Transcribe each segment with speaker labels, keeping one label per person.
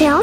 Speaker 1: 聊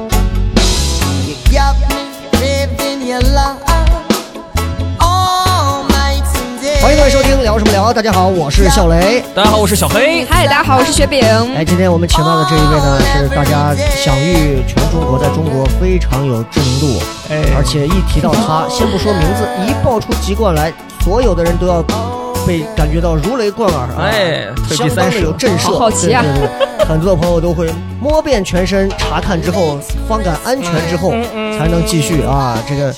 Speaker 2: You got me living your life all night and day.
Speaker 3: 欢迎各位收听聊什么聊？大家好，我是笑雷。
Speaker 4: 大家好，我是小黑。
Speaker 5: 嗨，大家好，我是雪饼。
Speaker 3: 哎，今天我们请到的这一位
Speaker 5: 哦
Speaker 3: 呢，是大家享誉全中国，在中国非常有知名度。哎，而且一提到他，先不说名字，一爆出籍贯来，所有的人都要被感觉到如雷贯耳啊！
Speaker 4: 哎退
Speaker 3: 相
Speaker 4: 避
Speaker 3: 当
Speaker 4: 三
Speaker 3: 的
Speaker 4: 舍
Speaker 3: 有震慑。
Speaker 5: 好好奇啊
Speaker 3: 对对对，很多的朋友都会摸遍全身，查看之后，方感安全之
Speaker 4: 嗯
Speaker 3: 后，才能继续啊，这个。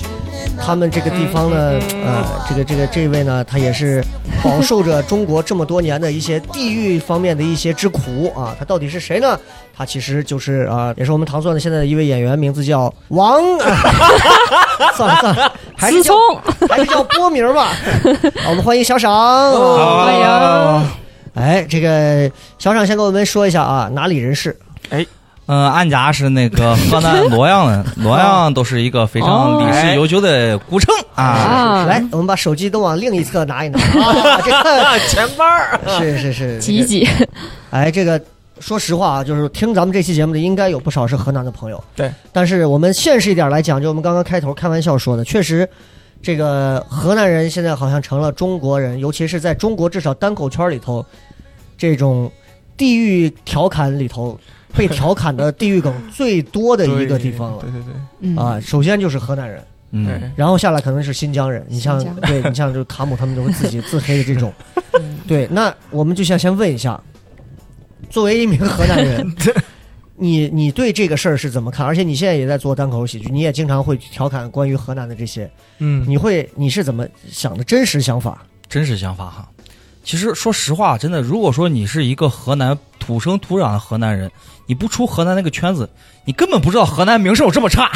Speaker 3: 他们这个地方呢，呃，这个这个这位呢，他也是饱受着中国这么多年的一些地域方面的一些之苦啊。他到底是谁呢？他其实就是啊、也是我们糖蒜的现在的一位演员，名字叫王， 算了算了，还是
Speaker 5: 思
Speaker 3: 叫
Speaker 5: 聪，
Speaker 3: 还是叫波名吧。好我们欢迎小赏。
Speaker 5: 哎
Speaker 4: 啊
Speaker 5: 呀，
Speaker 3: 哎，这个小赏先给我们说一下啊，哪里人士？
Speaker 6: 嗯，俺家是那个河南洛 阳的，洛阳都是一个非常
Speaker 4: 哦
Speaker 6: 历
Speaker 4: 哎
Speaker 6: 史悠久的古城啊。
Speaker 5: 啊
Speaker 3: 来，我们把手机都往另一侧拿一拿啊，这 个
Speaker 4: 前班儿，
Speaker 3: 是是是，
Speaker 5: 挤一挤，
Speaker 3: 哎，这个说实话啊，就是听咱们这期节目的，应该有不少是河南的朋友。
Speaker 4: 对，
Speaker 3: 但是我们现实一点来讲，就我们刚刚开头开玩笑说的，确实，这个河南人现在好像成了中国人，尤其是在中国至少单口圈里头，这种地域调侃里头被调侃的地域梗最多的一个地方了
Speaker 4: 对对对，
Speaker 5: 嗯，
Speaker 3: 啊。首先就是河南人。
Speaker 4: 哎
Speaker 6: 嗯，
Speaker 3: 然后下来可能是新疆人，你像
Speaker 5: 新疆嗯
Speaker 3: 对你像就是卡姆他们都是自 己自黑的这种， 对，那我们就想先问一下，作为一名河南 人，你你对这个事儿是怎么看？而且你现在也在做单口喜剧，你也经常会去调侃关于河南的这些，
Speaker 4: 嗯，
Speaker 3: 你会你是怎么想的？真实想法？
Speaker 6: 真实想法哈。其实说实话，真的，如果说你是一个河南土生土长的河南人，你不出河南那个圈子，你根本不知道河南名声有这么差。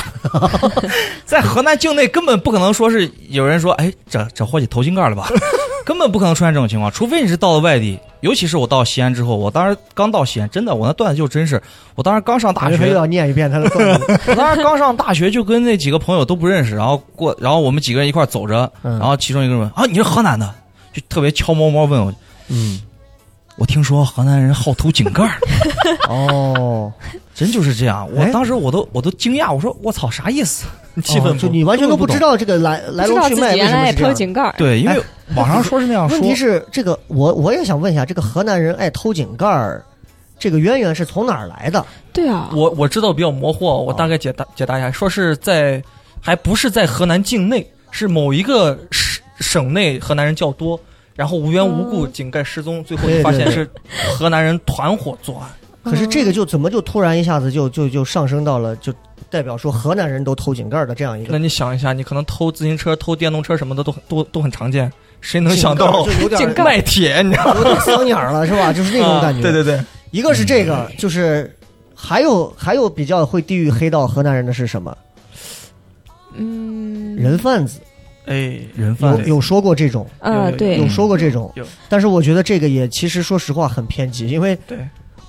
Speaker 6: 在河南境内，根本不可能说是有人说，哎，这这伙计头巾盖了吧， 根本不可能出现这种情况，除非你是到了外地。尤其是我到西安之后，我当时刚到西安，真的，我那段子就真是，我当时刚上大
Speaker 3: 感觉他
Speaker 6: 学
Speaker 3: 又，要念一遍他的段 子，
Speaker 6: 我 当时刚上大学，就跟那几个朋友都不认识，然后过，然后我们几个人一块儿走着，
Speaker 3: 嗯
Speaker 6: 然后其中一个人问啊，你是河南的？就特别悄摸摸问我，
Speaker 3: 嗯，
Speaker 6: 我听说河南人好涂井盖儿，
Speaker 3: 哦，
Speaker 6: 真就是这样。我
Speaker 3: 哎
Speaker 6: 当时我都我都惊讶，我说我操啥 意思？
Speaker 4: 气氛
Speaker 3: 哦就你完全都不知道这个来来
Speaker 5: 不知
Speaker 3: 龙
Speaker 5: 道
Speaker 3: 去
Speaker 5: 自
Speaker 3: 脉为
Speaker 5: 己原
Speaker 3: 什么
Speaker 5: 来也
Speaker 3: 是这
Speaker 5: 偷
Speaker 3: 样。
Speaker 5: 井盖儿，
Speaker 6: 对，因为网上说是那
Speaker 4: 啊
Speaker 6: 样说
Speaker 3: 哎 问，题是这个，我我也想问一下，这个河南人爱偷井盖儿，这个渊源是从哪儿来的？
Speaker 5: 对啊，
Speaker 4: 我我知道比较模糊，啊我大概解答解答一下，说是在还不是在河南境内，是某一个省省内河南人较多，然后无缘无故井盖失踪，最后
Speaker 3: 哦对对
Speaker 4: 发现
Speaker 3: 对
Speaker 4: 是河南人团伙作案。
Speaker 3: 可是这个就怎么就突然一下子就就就上升到了就代表说河南人都偷井盖儿的这样一
Speaker 4: 那
Speaker 3: 个，
Speaker 4: 你想一下，你可能偷自行车、偷电动车什么的都很都都很常见，谁能想
Speaker 3: 井盖
Speaker 4: 到
Speaker 3: 儿就有点
Speaker 4: 井盖 卖铁？你知道吗？
Speaker 3: 有点苍鸟了是 吧？就是那种感觉。
Speaker 4: 啊对对嗯对，
Speaker 3: 一个是这个，就是还有还有比较会地域黑到河南人的是什么？
Speaker 5: 嗯，
Speaker 3: 人贩子
Speaker 4: 哎，
Speaker 6: 人贩
Speaker 3: 有
Speaker 6: 子
Speaker 3: 有说过这种，
Speaker 4: 有
Speaker 5: 嗯，
Speaker 4: 有
Speaker 5: 对
Speaker 3: 有，说过这种
Speaker 4: 有，
Speaker 3: 但是我觉得这个也其实说实话很偏激，因为
Speaker 4: 对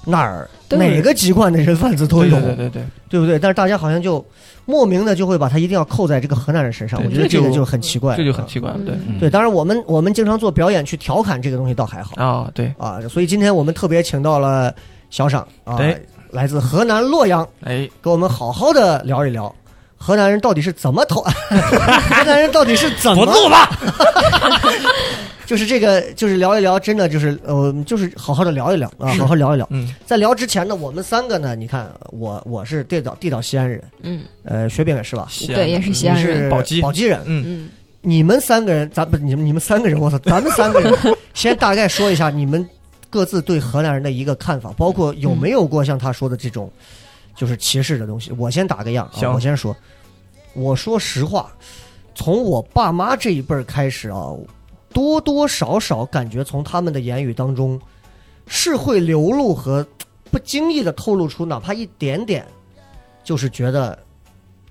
Speaker 3: 哪儿
Speaker 5: 都有
Speaker 3: 哪个籍贯的人贩子都
Speaker 4: 对
Speaker 3: 有，
Speaker 4: 对对对对，
Speaker 3: 对不对？但是大家好像就莫名的就会把它一定要扣在这个河南人身上，
Speaker 4: 对
Speaker 3: 我觉得
Speaker 4: 这
Speaker 3: 这个
Speaker 4: 就
Speaker 3: 就很奇怪，
Speaker 4: 这就很
Speaker 3: 啊
Speaker 4: 奇怪了，对
Speaker 5: 嗯
Speaker 3: 对。当然，我们我们经常做表演去调侃这个东西倒还好
Speaker 4: 啊，对，
Speaker 3: 啊，所以今天我们特别请到了小赏啊
Speaker 4: 对，
Speaker 3: 来自河南洛阳，
Speaker 4: 哎，
Speaker 3: 跟我们好好的聊一聊。河南人到底是怎么投？ 河南人到底是怎么？
Speaker 4: 了。
Speaker 3: 就是这个，就是聊一聊，真的就是，呃，就是好好的聊一聊啊，好好聊一聊。
Speaker 4: 嗯，
Speaker 3: 在聊之前呢，我们三个呢，你看我我是地道地道西安人，
Speaker 5: 嗯，
Speaker 3: 呃，雪饼也是吧？
Speaker 4: 西安
Speaker 5: 对，也是西
Speaker 3: 你
Speaker 5: 安人，
Speaker 3: 是
Speaker 4: 宝鸡
Speaker 3: 宝鸡人，
Speaker 4: 嗯，
Speaker 5: 嗯，
Speaker 3: 你们三个人，咱不，你们你们三个人，我操，咱们三个人，先大概说一下你们各自对河南人的一个看法，包括有没有过像他说的这种，就是歧视的东西。我先打个样啊，
Speaker 4: 行
Speaker 3: 我先说，我说实话，从我爸妈这一辈儿开始啊，多多少少感觉从他们的言语当中，是会流露和不经意的透露出哪怕一点点，就是觉得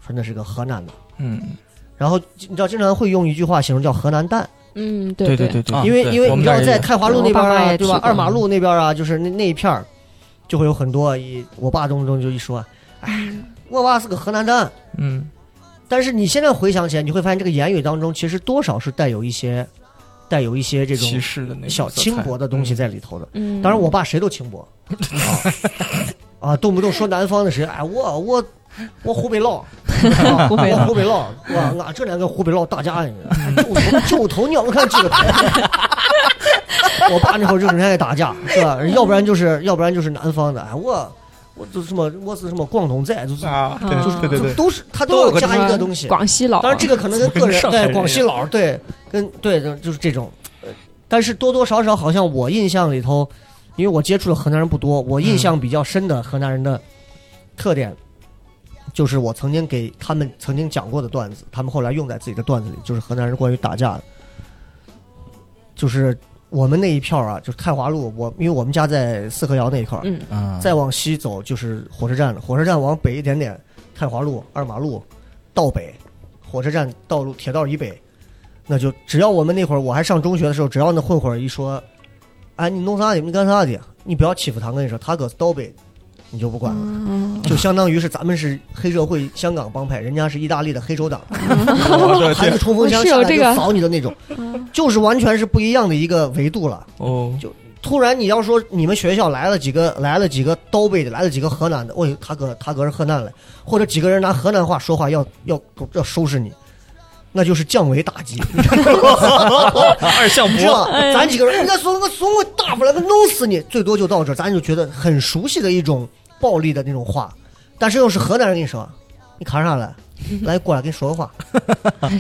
Speaker 3: 说那是个河南的。
Speaker 4: 嗯，
Speaker 3: 然后你知道，经常会用一句话形容叫“河南蛋
Speaker 5: 嗯，
Speaker 4: 对
Speaker 5: 对
Speaker 4: 对啊对，”，
Speaker 3: 因为因为
Speaker 4: 我
Speaker 3: 你知
Speaker 4: 们这
Speaker 3: 道
Speaker 4: 儿也
Speaker 3: 在
Speaker 4: 有
Speaker 3: 太华路那边
Speaker 5: 我爸妈
Speaker 3: 啊，
Speaker 5: 也
Speaker 3: 对吧
Speaker 5: 去？过
Speaker 3: 二马路那边啊，就是那那一片儿，就会有很多一我爸动不动就一说，哎，我爸是个河南蛋。
Speaker 4: 嗯
Speaker 3: 但是你现在回想起来，你会发现这个言语当中其实多少是带有一些，带有一些这种
Speaker 4: 歧视的那种
Speaker 3: 小
Speaker 4: 色彩
Speaker 3: 轻薄的东西在里头的。
Speaker 5: 嗯，
Speaker 3: 当然，我爸谁都轻薄，啊， 啊动不动说南方的谁，哎，我我我湖北佬，啊
Speaker 5: 湖北佬
Speaker 3: 我湖北佬，我俺这两个湖北佬打架呢，九头九头鸟，我看几个头。我爸那会儿就整天爱打架，是吧？要不然就是要不然就是南方的，哎，我我就是什么我是什么广东仔，就是
Speaker 4: 啊，
Speaker 5: 对就是对
Speaker 3: 就都是他
Speaker 6: 都
Speaker 3: 都
Speaker 6: 有
Speaker 3: 要
Speaker 6: 个
Speaker 3: 加一个东西。
Speaker 5: 广西佬，
Speaker 3: 当然，这个可能跟个人
Speaker 4: 怎么跟上海
Speaker 3: 对
Speaker 4: 人
Speaker 3: 广西佬对跟对就就是这种，呃但是多多少少好像我印象里头，因为我接触的河南人不多，我印
Speaker 4: 嗯
Speaker 3: 象比较深的河南人的特点，就是我曾经给他们曾经讲过的段子，他们后来用在自己的段子里，就是河南人关于打架的，就是我们那一片儿啊，就是太华路，我因为我们家在四合窑那一块儿，
Speaker 5: 嗯
Speaker 6: 啊，
Speaker 3: 再往西走就是火车站了，火车站往北一点点，太华路、二马路到北，火车站道路铁道以北，那就只要我们那会儿我还上中学的时候，只要那混混儿一说，哎，你弄啥的？你干啥的？你不要欺负他，我跟你说，他搁道北，你就不管了。
Speaker 5: 嗯，
Speaker 3: 就相当于是咱们是黑社会香港帮派，人家是意大利的黑手 党，
Speaker 4: 我的
Speaker 3: 含
Speaker 4: 天
Speaker 3: 着冲锋枪
Speaker 5: 是
Speaker 3: 下
Speaker 5: 有
Speaker 3: 来
Speaker 5: 这
Speaker 3: 就嗯
Speaker 5: 个
Speaker 3: 扫你的那种，就是完全是不一样的一个维度了。
Speaker 4: 哦，
Speaker 3: 突然你要说你们学校来了几个来了几个刀背的，来了几个河南的，喂、他哥他哥是河南的，或者几个人拿河南话说话要要要收拾你，那就是降维打击， 你
Speaker 4: 二向
Speaker 3: 知道吗？
Speaker 4: 箔，
Speaker 3: 咱几个人，你看怂我怂我大不了我弄死你，最多就到这儿，咱就觉得很熟悉的一种暴力的那种话，但是又是河南人跟你说，你看啥了？来过来跟你说个话，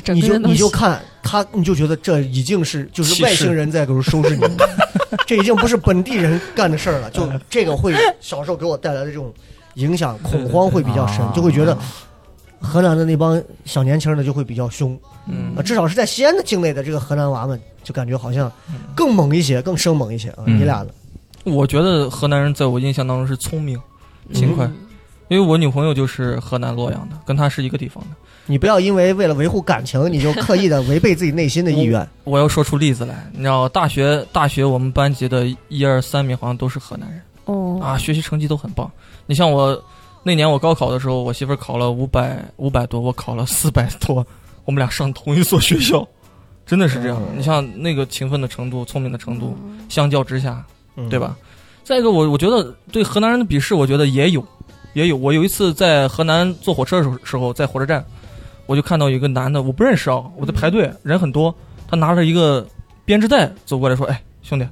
Speaker 5: 整
Speaker 3: 你
Speaker 5: 个
Speaker 3: 就
Speaker 5: 人都
Speaker 3: 你就
Speaker 5: 喜
Speaker 3: 看他，你就觉得这已经是就是
Speaker 4: 歧
Speaker 3: 外
Speaker 4: 视
Speaker 3: 星人在给我收拾你， 这已经不是本地人干的事儿了。就
Speaker 4: 嗯
Speaker 3: 这个会小时候给我带来的这种影响，恐慌会比较深
Speaker 6: 啊，
Speaker 3: 就会觉得河南的那帮小年轻的就会比较凶，
Speaker 4: 嗯
Speaker 3: 啊，至少是在西安的境内的这个河南娃们，就感觉好像
Speaker 4: 嗯
Speaker 3: 更猛一些，更生猛一些啊。
Speaker 6: 嗯
Speaker 3: 你俩呢？
Speaker 4: 我觉得河南人在我印象当中是聪明、
Speaker 3: 嗯
Speaker 4: 勤快，因为我女朋友就是河南洛阳的，跟她是一个地方的。
Speaker 3: 你不要因为为了维护感情，你就刻 意的违背自己内心的意愿。
Speaker 4: 我要说出例子来，你知道，大学大学我们班级的一二三名好像都是河南人
Speaker 5: 哦，
Speaker 4: 啊，学习成绩都很棒。你像我那年我高考的时候，我媳妇儿考了五百五百多，我考了四百多，我们俩上同一所学校，真的是这样。你像那个勤奋的程度、聪明的程度，相较之下，
Speaker 3: 嗯
Speaker 4: 对？吧？再一个，我我觉得对河南人的鄙视，我觉得也有，也有。我有一次在河南坐火车的时候，时候在火车站，我就看到一个男的，我不认识啊，我在排队，人很多，他拿着一个编织袋走过来说：“哎，兄弟，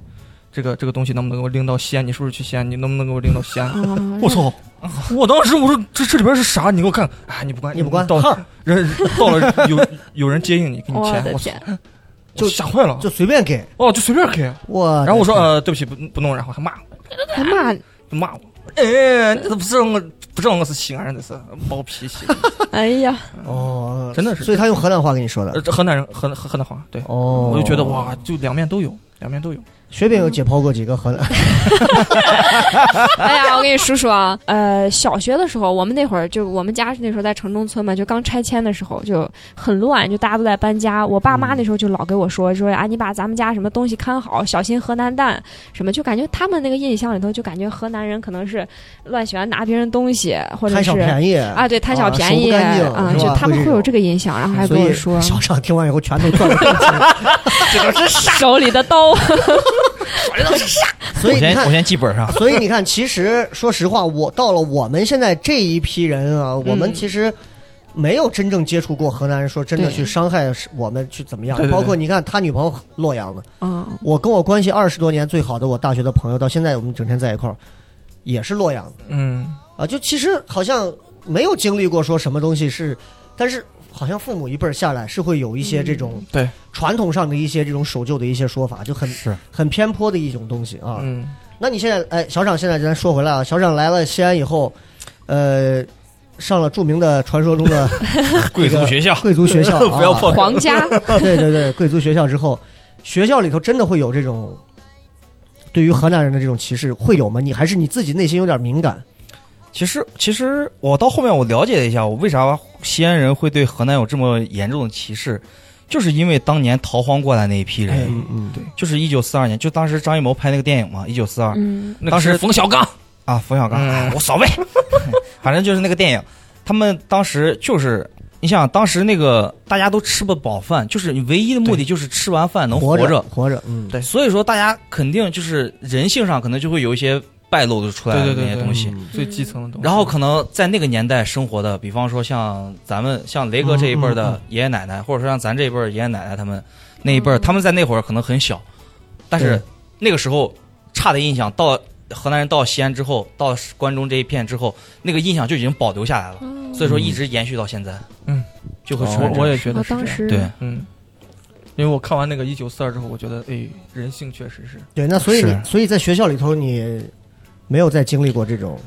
Speaker 4: 这个这个东西能不能给我拎到西安？你是不是去西安？你能不能给我拎到西安？”
Speaker 5: 啊
Speaker 4: 我操！我当时我说这这里边是啥？你给我看！哎，你不管
Speaker 3: 你不管
Speaker 4: 到
Speaker 3: 号儿
Speaker 4: 人到了有有人接应你，给你
Speaker 5: 我
Speaker 4: 钱，
Speaker 5: 的
Speaker 4: 我操
Speaker 5: 天，，
Speaker 4: 就吓坏了
Speaker 3: 就随便给
Speaker 4: 哦，就随便给。
Speaker 3: 我的天。
Speaker 4: 然后我说呃，对不起，不不弄，然后还骂我。
Speaker 5: 还骂
Speaker 4: 就骂我，哎，你都不知道我不知道我是西安人，这是暴脾气。
Speaker 5: 哎呀，
Speaker 3: 哦，
Speaker 4: 真 的是
Speaker 3: 所以他用河南话跟你说
Speaker 4: 呃
Speaker 3: 的。
Speaker 4: 这河南人，河河河南话，对，
Speaker 3: 哦，
Speaker 4: 我就觉得，哇，就两面都有，两面都有。
Speaker 3: 雪饼有解剖过几个河南，
Speaker 5: 哎呀，我跟你说说啊，呃，小学的时候，我们那会儿就我们家是那时候在城中村嘛，就刚拆迁的时候就很乱，就大家都在搬家。我爸妈那时候就老给我说说啊，你把咱们家什么东西看好，小心河南蛋什么，就感觉他们那个印象里头就感觉河南人可能是乱喜欢拿别人东西， 或者
Speaker 3: 贪
Speaker 5: 是
Speaker 3: 小便宜
Speaker 5: 啊，对，贪小便
Speaker 3: 手不
Speaker 5: 宜
Speaker 3: 干净
Speaker 5: 啊，
Speaker 3: 是
Speaker 5: 就
Speaker 3: 吧
Speaker 5: 他们
Speaker 3: 会
Speaker 5: 会
Speaker 3: 这
Speaker 5: 有
Speaker 3: 种
Speaker 5: 这个印象，然后还
Speaker 3: 所
Speaker 5: 跟
Speaker 3: 以
Speaker 5: 我 说
Speaker 3: 小厂听完以后全都 赚了更多。
Speaker 5: 手里的刀，
Speaker 3: 所以
Speaker 6: 我
Speaker 3: 你
Speaker 6: 先我
Speaker 3: 看，
Speaker 6: 先记本上，
Speaker 3: 所以你看，其实说实话，我到了我们现在这一批人啊，
Speaker 4: 嗯
Speaker 3: 我们其实。没有真正接触过河南人，说真的
Speaker 5: 对
Speaker 3: 去伤害我们去怎么样
Speaker 4: 对？对对
Speaker 3: 包括你看他女朋友洛阳的，
Speaker 5: 嗯，
Speaker 3: 我跟我关系二十多年最好的我大学的朋友，到现在我们整天在一块儿，也是洛阳的。
Speaker 4: 嗯，
Speaker 3: 啊，就其实好像没有经历过说什么东西是，但是好像父母一辈儿下来是会有一些这种
Speaker 4: 对，
Speaker 3: 传统上的一些这种守旧的一些说法，就很
Speaker 6: 是
Speaker 3: 很偏颇的一种东西啊。
Speaker 4: 嗯，
Speaker 3: 那你现在哎，小长现在咱说回来啊，小长来了西安以后，呃，上了著名的传说中的
Speaker 6: 贵族学校，
Speaker 3: 贵族学校、啊，
Speaker 4: 不要破梗
Speaker 5: 皇家，
Speaker 3: 对对对，贵族学校之后，学校里头真的会有这种对于河南人的这种歧视会有吗？你还是你自己内心有点敏感？
Speaker 6: 其实，其实我到后面我了解了一下，我为啥西安人会对河南有这么严重的歧视，就是因为当年逃荒过来那一批人，
Speaker 3: 嗯嗯，对，
Speaker 6: 就是一九四二年，就当时张艺谋拍那个电影嘛，《一九四二》
Speaker 5: 嗯
Speaker 4: 那个
Speaker 6: 当时
Speaker 4: 是冯小刚，
Speaker 6: 啊，冯小刚，
Speaker 4: 嗯
Speaker 6: 哎无所谓， 反正就是那个电影，他们当时就是，你想当时那个大家都吃不饱饭，就是你唯一的目的就是吃完饭能
Speaker 3: 活
Speaker 6: 活
Speaker 3: 着活着，嗯，
Speaker 6: 对，所以说大家肯定就是人性上可能就会有一些败露的出来的
Speaker 4: 对对对
Speaker 6: 那些
Speaker 4: 对
Speaker 6: 东西。
Speaker 3: 嗯
Speaker 4: 最基层的东西。
Speaker 6: 然后可能在那个年代生活的，比方说像咱们像雷哥这一辈
Speaker 3: 嗯
Speaker 6: 儿
Speaker 3: 嗯嗯
Speaker 6: 的爷爷奶奶，或者说像咱这一辈儿爷爷奶奶他们那一辈儿，他们在那会儿可能很小，但
Speaker 3: 对
Speaker 6: 是那个时候差的印象到河南人到西安之后，到关中这一片之后，那个印象就已经保留下来了，
Speaker 3: 嗯
Speaker 6: 所以说一直延续到现在。
Speaker 4: 嗯，
Speaker 6: 就会出
Speaker 4: 我
Speaker 6: 现这
Speaker 4: 我
Speaker 6: 种
Speaker 4: 也
Speaker 6: 事
Speaker 4: 觉得
Speaker 5: 我
Speaker 4: 是这
Speaker 5: 哦当
Speaker 4: 样。
Speaker 5: 时
Speaker 6: 对，
Speaker 4: 嗯，因为我看完那个一九四二之后，我觉得哎，人性确实是
Speaker 3: 对，那所以你
Speaker 6: 是
Speaker 3: 所以在学校里头你没有再经历过这种，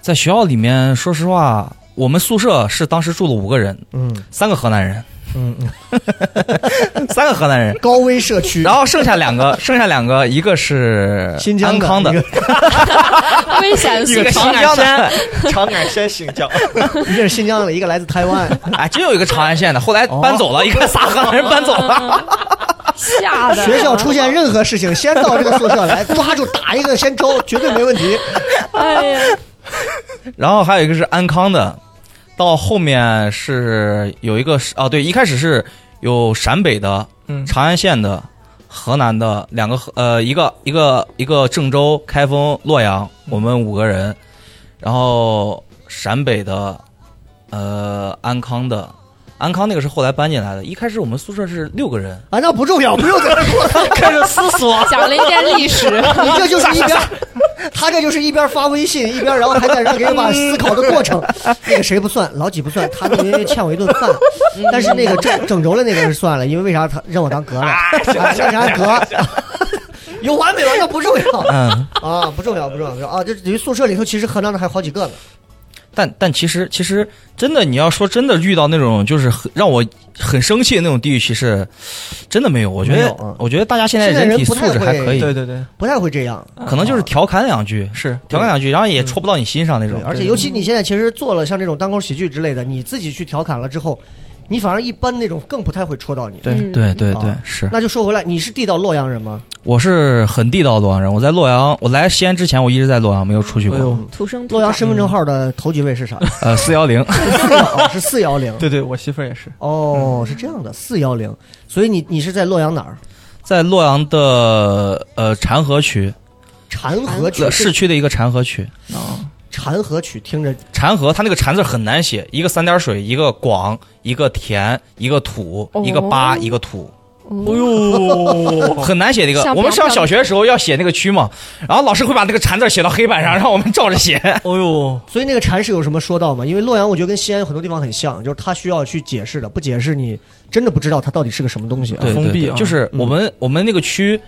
Speaker 6: 在学校里面，说实话，我们宿舍是当时住了五个人，
Speaker 3: 嗯
Speaker 6: 三个河南人，
Speaker 3: 嗯，嗯
Speaker 6: 三个河 南人。
Speaker 3: 高危社区，
Speaker 6: 然后剩下两个，剩下两个，一个是
Speaker 3: 新疆
Speaker 6: 安康的
Speaker 3: 的，
Speaker 5: 危险
Speaker 6: 一个
Speaker 5: 性常
Speaker 6: 新疆
Speaker 5: 山。
Speaker 6: 的， 长安县新疆，
Speaker 3: 一个一个是新疆的，一个来自台湾，
Speaker 6: 哎，真有一个长安县的，后来搬走了，一个撒河南人搬走了，
Speaker 5: 吓的
Speaker 3: 学校出现任何事情，先到这个宿舍来抓住打一个先抽，绝对没问题。
Speaker 5: 哎呀，
Speaker 6: 然后还有一个是安康的，到后面是有一个是啊，对，一开始是有陕北的、
Speaker 4: 嗯
Speaker 6: 长安县的、河南的两个河呃一个一个一个郑州、开封、洛阳，我们五个人，然后陕北的，呃安康的。安康那个是后来搬进来的，一开始我们宿舍是六个人，
Speaker 3: 啊，那不重要，不用在这说了。
Speaker 6: 开始思索，
Speaker 5: 讲了一遍历史，
Speaker 3: 你这就是一边，他这就是一边发微信，一边然后还在让给人把思考的过 程。那个谁不算，老几不算，他那个人欠我一顿饭。但是那个郑郑州的那个是算了，因为为啥他让我当哥了？啊让啥哥？有完没完？那不重要
Speaker 6: 嗯，
Speaker 3: 啊，不重要，不重要，不重要啊！这等于宿舍里头其实河南的还有好几个呢。
Speaker 6: 但但其实其实真的，你要说真的遇到那种就是很让我很生气的那种地域歧视，真的没有。我觉
Speaker 3: 没
Speaker 6: 得、
Speaker 3: 有啊
Speaker 6: 我觉得大家现在
Speaker 3: 现在人
Speaker 6: 人体
Speaker 3: 不
Speaker 6: 素
Speaker 3: 太
Speaker 6: 质还
Speaker 3: 会啊
Speaker 6: 可以，
Speaker 4: 对对对，
Speaker 3: 不太会这样，
Speaker 6: 可能就是调侃两句，
Speaker 4: 是
Speaker 6: 调侃两句，然后也戳不到你心上那种
Speaker 3: 嗯哦对，。而且尤其你现在其实做了像这种单口喜剧之类的，你自己去调侃了之后，你反而一般那种更不太会戳到你。
Speaker 4: 对
Speaker 5: 嗯
Speaker 6: 对对对
Speaker 3: 啊，
Speaker 6: 是，
Speaker 3: 那就说回来，你是地道洛阳人吗？
Speaker 6: 我是很地道的洛阳人。我在洛阳，我来西安之前，我一直在洛阳，没有出去
Speaker 4: 哎
Speaker 6: 过。
Speaker 4: 呦，
Speaker 5: 土生土
Speaker 3: 洛阳
Speaker 5: 长。
Speaker 3: 身份证号
Speaker 6: 嗯
Speaker 3: 的头几位是啥？
Speaker 6: 呃，四幺零，
Speaker 3: 四幺哦是四幺零。
Speaker 4: 对对，我媳妇儿也是。
Speaker 3: 哦，是这样的，四幺零。所以你你是在洛阳哪儿？
Speaker 6: 在洛阳的呃禅河区，
Speaker 3: 禅河区
Speaker 6: 呃市区的一个禅河区。
Speaker 3: 禅河区，听着
Speaker 6: 禅河，它那个禅字很难写，一个三点水，一个广，一个田，一一个土，
Speaker 5: 哦
Speaker 6: 一个八，一个土，
Speaker 5: 哦
Speaker 4: 哎呦，
Speaker 6: 很难写的一个
Speaker 5: 像。
Speaker 6: 我们
Speaker 5: 标
Speaker 6: 上
Speaker 5: 标
Speaker 6: 小学的时候要写那个区嘛，然后老师会把那个禅字写到黑板上，让我们照着写。
Speaker 4: 哦呦，
Speaker 3: 所以那个禅是有什么说道吗？因为洛阳我觉得跟西安有很多地方很像，就是它需要去解释的，不解释你真的不知道它到底是个什么东西啊。
Speaker 4: 对封闭啊
Speaker 6: 就是我们我们那个区，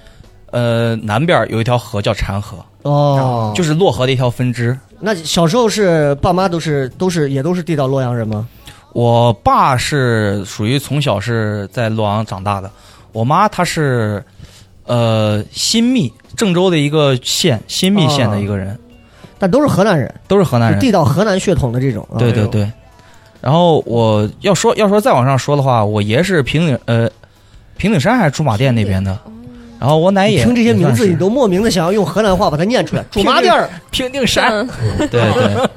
Speaker 6: 呃，南边有一条河叫禅河，
Speaker 3: 哦，
Speaker 6: 啊就是洛河的一条分支。
Speaker 3: 那小时候是爸妈都是都是也都是地道洛阳人吗？
Speaker 6: 我爸是属于从小是在洛阳长大的，我妈她是，呃，新密郑州的一个县，新密县的一个人，
Speaker 3: 但都是河南人，
Speaker 6: 都是河
Speaker 3: 就
Speaker 6: 南人。
Speaker 3: 啊地道河南血统的这种。啊
Speaker 6: 对
Speaker 4: 哎
Speaker 6: 对
Speaker 4: 呦
Speaker 6: 对。然后我要说要说再往上说的话，我爷是平顶呃平顶山还是驻马店那边的，然后我奶
Speaker 3: 你
Speaker 6: 哎也
Speaker 3: 听这些名字，
Speaker 6: 也
Speaker 3: 你
Speaker 6: 算是
Speaker 3: 都莫名的想要用河南话把它念出来。驻
Speaker 4: 听着
Speaker 3: 马店儿，
Speaker 4: 平定山，
Speaker 5: 嗯
Speaker 6: 对对，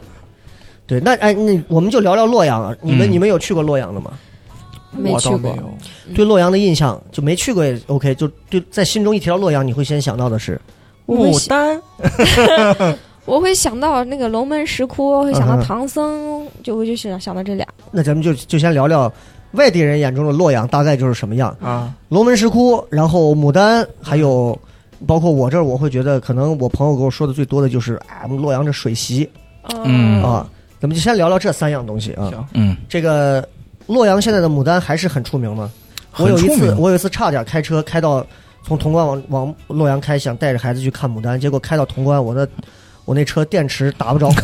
Speaker 3: 对，那哎，那我们就聊聊洛阳啊。你们、
Speaker 6: 嗯
Speaker 3: 你们有去过洛阳的吗？
Speaker 5: 嗯没
Speaker 4: 我
Speaker 5: 去
Speaker 4: 倒没
Speaker 5: 过，
Speaker 4: 有。
Speaker 3: 对洛阳的印象就没去过也 OK，就对，在心中一提到洛阳，你会先想到的是
Speaker 5: 我会
Speaker 4: 牡
Speaker 5: 想
Speaker 4: 丹，
Speaker 5: 我会想到那个龙门石窟，会想
Speaker 3: 嗯
Speaker 5: 到
Speaker 3: 哼
Speaker 5: 唐僧，就我就想想到这俩。
Speaker 3: 那咱们就就先聊聊外地人眼中的洛阳大概就是什么样。
Speaker 4: 啊，
Speaker 3: 龙门石窟，然后牡丹，还有
Speaker 6: 嗯
Speaker 3: 包括我这儿，我会觉得可能我朋友给我说的最多的就是啊，洛阳这水席
Speaker 5: 呃
Speaker 6: 嗯
Speaker 3: 啊。咱们就先聊聊这三样东西啊。
Speaker 4: 行，
Speaker 6: 嗯，
Speaker 3: 这个洛阳现在的牡丹还是很出名吗？我有一
Speaker 6: 很出
Speaker 3: 次，
Speaker 6: 名
Speaker 3: 我有一次差点开车开到从潼关往往洛阳开，想带着孩子去看牡丹，结果开到潼关，我的我那车电池打不着火，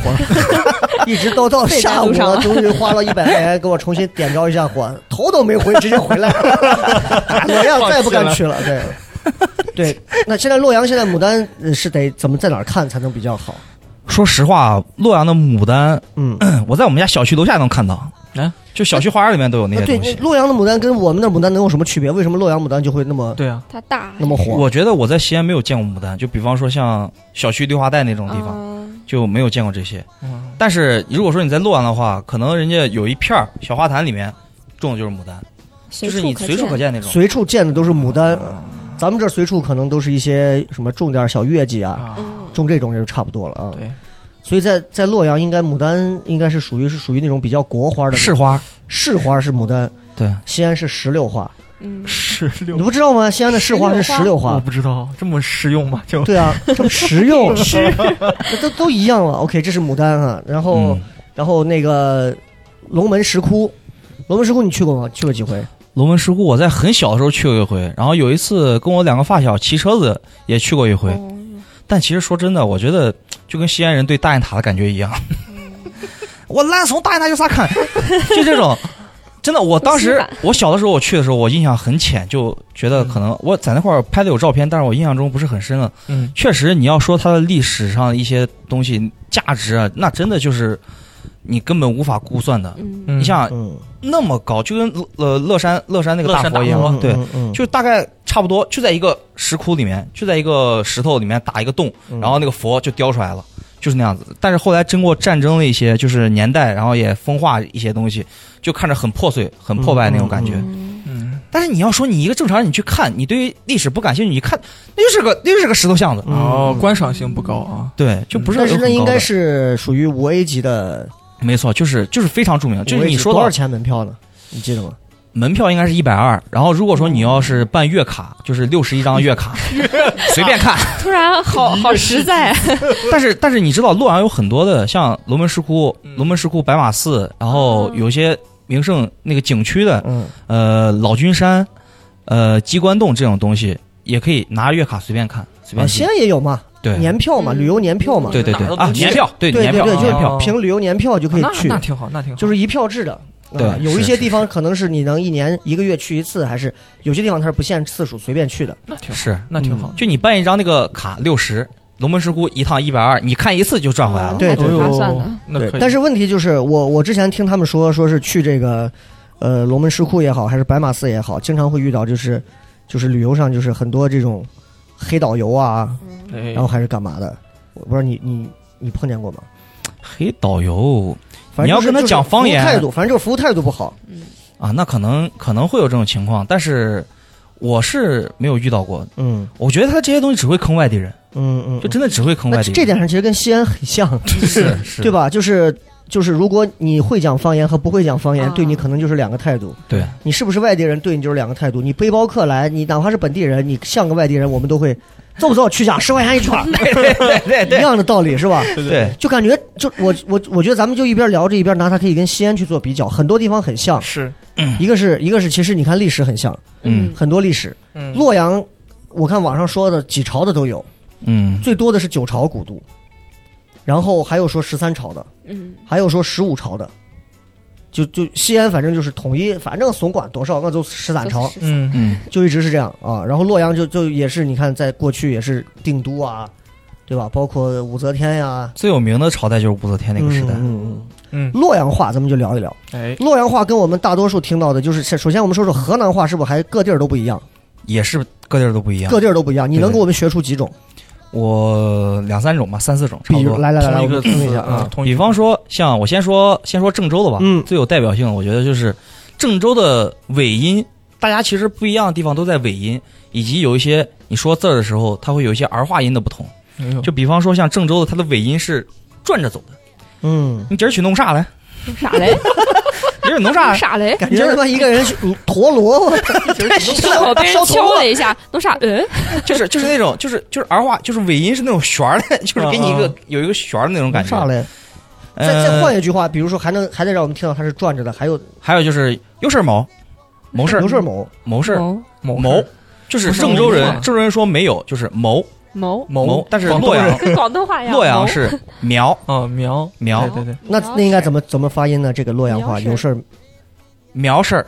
Speaker 3: 一直都到
Speaker 5: 废在
Speaker 3: 下午
Speaker 5: 路上
Speaker 3: 了，
Speaker 5: 了
Speaker 3: 终于花了一百块钱给我重新点着一 下火，头都没回，直接回来了。洛阳再不敢去了，对。对，那现在洛阳现在牡丹呃是得怎么在哪儿看才能比较好？
Speaker 6: 说实话，洛阳的牡丹，
Speaker 3: 嗯，
Speaker 6: 我在我们家小区楼下能看到，
Speaker 4: 哎，
Speaker 6: 就小区花园里面都有那
Speaker 3: 那
Speaker 6: 些
Speaker 3: 啊对
Speaker 6: 东西。
Speaker 3: 洛阳的牡丹跟我们的牡丹能有什么区别？为什么洛阳牡丹就会那么
Speaker 4: 对啊，
Speaker 5: 它大
Speaker 3: 那么火？
Speaker 6: 我觉得我在西安没有见过牡丹，就比方说像小区绿化带那种地方、
Speaker 5: 嗯
Speaker 6: 就没有见过这些。
Speaker 4: 嗯，
Speaker 6: 但是如果说你在洛阳的话，可能人家有一片儿小花坛里面种的就是牡丹，
Speaker 5: 随
Speaker 6: 就是你随处可
Speaker 5: 见。
Speaker 6: 见那种。
Speaker 3: 随处见的都是牡丹，咱们这儿随处可能都是一些什么种点儿小月季啊，
Speaker 4: 啊，
Speaker 5: 嗯，
Speaker 3: 种这种也就差不多了啊。
Speaker 4: 对，
Speaker 3: 所以在在洛阳，应该牡丹应该是属于是属于那种比较国花的那种
Speaker 6: 是花，
Speaker 3: 市花是牡丹，
Speaker 6: 对，
Speaker 3: 西安是石榴花，
Speaker 5: 嗯，
Speaker 4: 石榴
Speaker 3: 你，不知道吗？西安的市花是石榴
Speaker 4: 我
Speaker 3: 花。
Speaker 4: 不知道这么实用吗？就
Speaker 3: 对啊，这么实 用，那都都一样了。OK，这是牡丹啊，然后、
Speaker 6: 嗯，
Speaker 3: 然后那个龙门石窟，龙门石窟你去过吗？去过几回？
Speaker 6: 龙门石窟，我在很小的时候去过一回，然后有一次跟我两个发小骑车子也去过一回。
Speaker 5: 哦
Speaker 6: 但其实说真的，我觉得就跟西安人对大雁塔的感觉一样，我烂怂大雁塔就啥看，就这种。真的，我当
Speaker 5: 无
Speaker 6: 时
Speaker 5: 心
Speaker 6: 我小的时候我去的时候，我印象很浅，就觉得可能我在那块儿拍的有照片，但是我印象中不是很深了。
Speaker 4: 嗯，
Speaker 6: 确实，你要说它的历史上一些东西价值啊，那真的就是你根本无法估算 的。
Speaker 5: 嗯，
Speaker 4: 你
Speaker 6: 你像
Speaker 3: 嗯，
Speaker 6: 那么高，就跟呃乐山乐山那个
Speaker 4: 乐
Speaker 6: 大
Speaker 4: 山
Speaker 6: 佛一
Speaker 4: 大佛
Speaker 6: 样，啊对，
Speaker 3: 嗯，嗯
Speaker 6: 就大概差不多就在一个石窟里面，就在一个石头里面打一个洞，
Speaker 3: 嗯
Speaker 6: 然后那个佛就雕出来了，就是那样子。但是后来经过战争的一些就是年代，然后也风化一些东西，就看着很破碎、很破败那种感觉。
Speaker 3: 嗯
Speaker 4: 嗯，
Speaker 6: 但是你要说你一个正常人，你去看，你对于历史不感兴趣，你看那就是个那就是个石头像子，
Speaker 3: 嗯
Speaker 4: 哦，观赏性不高啊，
Speaker 6: 对，就不是
Speaker 3: 但是
Speaker 6: 有
Speaker 3: 那
Speaker 6: 很
Speaker 3: 应
Speaker 6: 高
Speaker 3: 该
Speaker 6: 的
Speaker 3: 是属于五 A 级的，
Speaker 6: 没错，就是就是非常著名，就是你说
Speaker 3: 多
Speaker 6: 到
Speaker 3: 少钱门票呢？你记得吗？
Speaker 6: 门票应该是一百二，然后如果说你要是办月卡，就是六十一张月卡，随便看。
Speaker 5: 突然好好实在，
Speaker 6: 但是但是你知道，洛阳有很多的像龙门石窟、
Speaker 4: 嗯
Speaker 6: 龙门石窟、白马寺，然后有些名胜那个景区的，
Speaker 3: 嗯，
Speaker 6: 呃，老君山，呃，鸡冠洞这种东西，也可以拿月卡随便看，随
Speaker 3: 啊，
Speaker 6: 便
Speaker 3: 西
Speaker 6: 去。
Speaker 3: 安也有嘛，
Speaker 6: 对
Speaker 3: 年票嘛，
Speaker 5: 嗯
Speaker 3: 旅游年票嘛，
Speaker 6: 对对
Speaker 4: 哪
Speaker 6: 对
Speaker 4: 都
Speaker 6: 啊，
Speaker 4: 能去
Speaker 6: 年票对
Speaker 3: 对
Speaker 6: 年
Speaker 3: 对
Speaker 6: 票哦
Speaker 3: 对，
Speaker 4: 年
Speaker 3: 就
Speaker 4: 票
Speaker 3: 是凭旅游年票就可以
Speaker 4: 啊那
Speaker 3: 嗯去
Speaker 4: 那，挺好，那挺好，
Speaker 3: 就是一票制的。
Speaker 6: 对
Speaker 3: 啊有一
Speaker 6: 是
Speaker 3: 些
Speaker 6: 是
Speaker 3: 地方可能是你能一年一个月去一次，还是有些地方它是不限次数，随便去的。
Speaker 4: 那挺好，
Speaker 6: 是，
Speaker 4: 那挺好，
Speaker 3: 嗯
Speaker 6: 就你办一张那个卡六十，龙门石窟一趟一百二，你看一次就赚回来了。
Speaker 3: 对
Speaker 5: 那
Speaker 3: 对
Speaker 5: 挺
Speaker 3: 对
Speaker 5: 划算的。
Speaker 4: 哦那可以，
Speaker 3: 但是问题就是，我我之前听他们说，说是去这个，呃，龙门石窟也好，还是白马寺也好，经常会遇到就是，就是旅游上就是很多这种黑导游啊，
Speaker 4: 哎
Speaker 3: 然后还是干嘛的，我不知道你你你碰见过吗？
Speaker 6: 黑导游
Speaker 3: 反正
Speaker 6: 你要
Speaker 3: 就是
Speaker 6: 跟他
Speaker 3: 就是
Speaker 6: 讲
Speaker 3: 服务
Speaker 6: 方言
Speaker 3: 态度，反正就是服务态度不好。
Speaker 6: 啊，那可能可能会有这种情况，但是我是没有遇到过。
Speaker 3: 嗯
Speaker 6: 我觉得他这些东西只会坑外地人，
Speaker 3: 嗯嗯，
Speaker 6: 就真的只会坑
Speaker 3: 那
Speaker 6: 外地
Speaker 3: 这
Speaker 6: 人。
Speaker 3: 点上其实跟西安很像，
Speaker 6: 是 是，
Speaker 3: 对吧？就是就是，如果你会讲方言和不会讲方言，
Speaker 5: 啊
Speaker 3: 对你可能就是两个态度。
Speaker 6: 对，
Speaker 3: 你是不是外地人，对你就是两个态度。你背包客来，你哪怕是本地人，你像个外地人，我们都会走不走，去价十块钱一圈儿，
Speaker 6: 对对对
Speaker 3: 一样的道理是吧？
Speaker 6: 对对，
Speaker 3: 就感觉就我我我觉得咱们就一边聊着一边拿它可以跟西安去做比较，很多地方很像，
Speaker 4: 是，
Speaker 3: 一个是一个是其实你看历史很像，
Speaker 6: 嗯
Speaker 3: 很多历史。
Speaker 4: 嗯，
Speaker 3: 洛阳，我看网上说的几朝的都有，
Speaker 6: 嗯
Speaker 3: 最多的是九朝古都，然后还有说十三朝的，
Speaker 5: 嗯，
Speaker 3: 还有说十五朝的，就就西安反正就是统一，反正总管多少，那就十三朝，
Speaker 4: 嗯
Speaker 6: 嗯，
Speaker 3: 就一直是这样啊。然后洛阳就就也是，你看在过去也是定都啊，对吧？包括武则天呀、
Speaker 6: 最有名的朝代就是武则天那个时代。
Speaker 3: 嗯嗯嗯
Speaker 4: 嗯。
Speaker 3: 洛阳话咱们就聊一聊，
Speaker 4: 哎，
Speaker 3: 洛阳话跟我们大多数听到的就是，首先我们说说河南话，是不是还各地儿都不一样？
Speaker 6: 也是各地儿都不一样
Speaker 3: 各，地儿都不一样，你能
Speaker 6: 对
Speaker 3: 给我们学出几种？
Speaker 6: 我两三种吧，三四种差
Speaker 3: 比如
Speaker 6: 不多。
Speaker 3: 来来来来，
Speaker 4: 同
Speaker 3: 我
Speaker 4: 一
Speaker 3: 们
Speaker 4: 个
Speaker 3: 听一
Speaker 4: 字
Speaker 3: 下啊，
Speaker 4: 同一
Speaker 6: 比方说，像我先说先说郑州的吧，
Speaker 3: 嗯
Speaker 6: 最有代表性的，我觉得就是郑州的尾音，大家其实不一样的地方都在尾音，以及有一些你说字儿的时候，它会有一些儿化音的不同。就比方说像郑州的，它的尾音是转着走的。
Speaker 3: 嗯，
Speaker 6: 你今儿去弄啥来？
Speaker 5: 啥嘞？
Speaker 6: 今儿你 弄啥来？
Speaker 5: 啥嘞？
Speaker 3: 感觉他妈一个人是嗯陀螺，我
Speaker 5: 我被人敲了一下，弄啥？嗯，
Speaker 6: 就是就是那种就是就是儿化，就是尾音是那种旋儿的，就是给你一个
Speaker 4: 啊
Speaker 6: 有一个旋儿的那种感觉。
Speaker 3: 上来。
Speaker 6: 呃
Speaker 3: 再再换一句话，比如说还能还得让我们听到它是转着的，还有
Speaker 6: 还有就是有事儿谋，谋事儿，
Speaker 3: 刘顺某，
Speaker 6: 谋事儿，
Speaker 5: 谋
Speaker 4: 某
Speaker 6: 谋，就是郑州
Speaker 4: 不是
Speaker 6: 人，
Speaker 4: 谋
Speaker 6: 郑州人说没有，就是谋
Speaker 5: 谋，
Speaker 6: 谋，但是
Speaker 4: 广东
Speaker 6: 洛阳
Speaker 4: 人
Speaker 5: 跟广东话一样。
Speaker 6: 哦洛阳
Speaker 5: 啊谋
Speaker 6: 是 苗
Speaker 4: 啊，苗
Speaker 6: 苗
Speaker 4: 对对对，
Speaker 3: 那那应该怎么怎么发音呢？这个洛阳话
Speaker 5: 辽事儿
Speaker 3: 有事儿
Speaker 6: 苗事儿，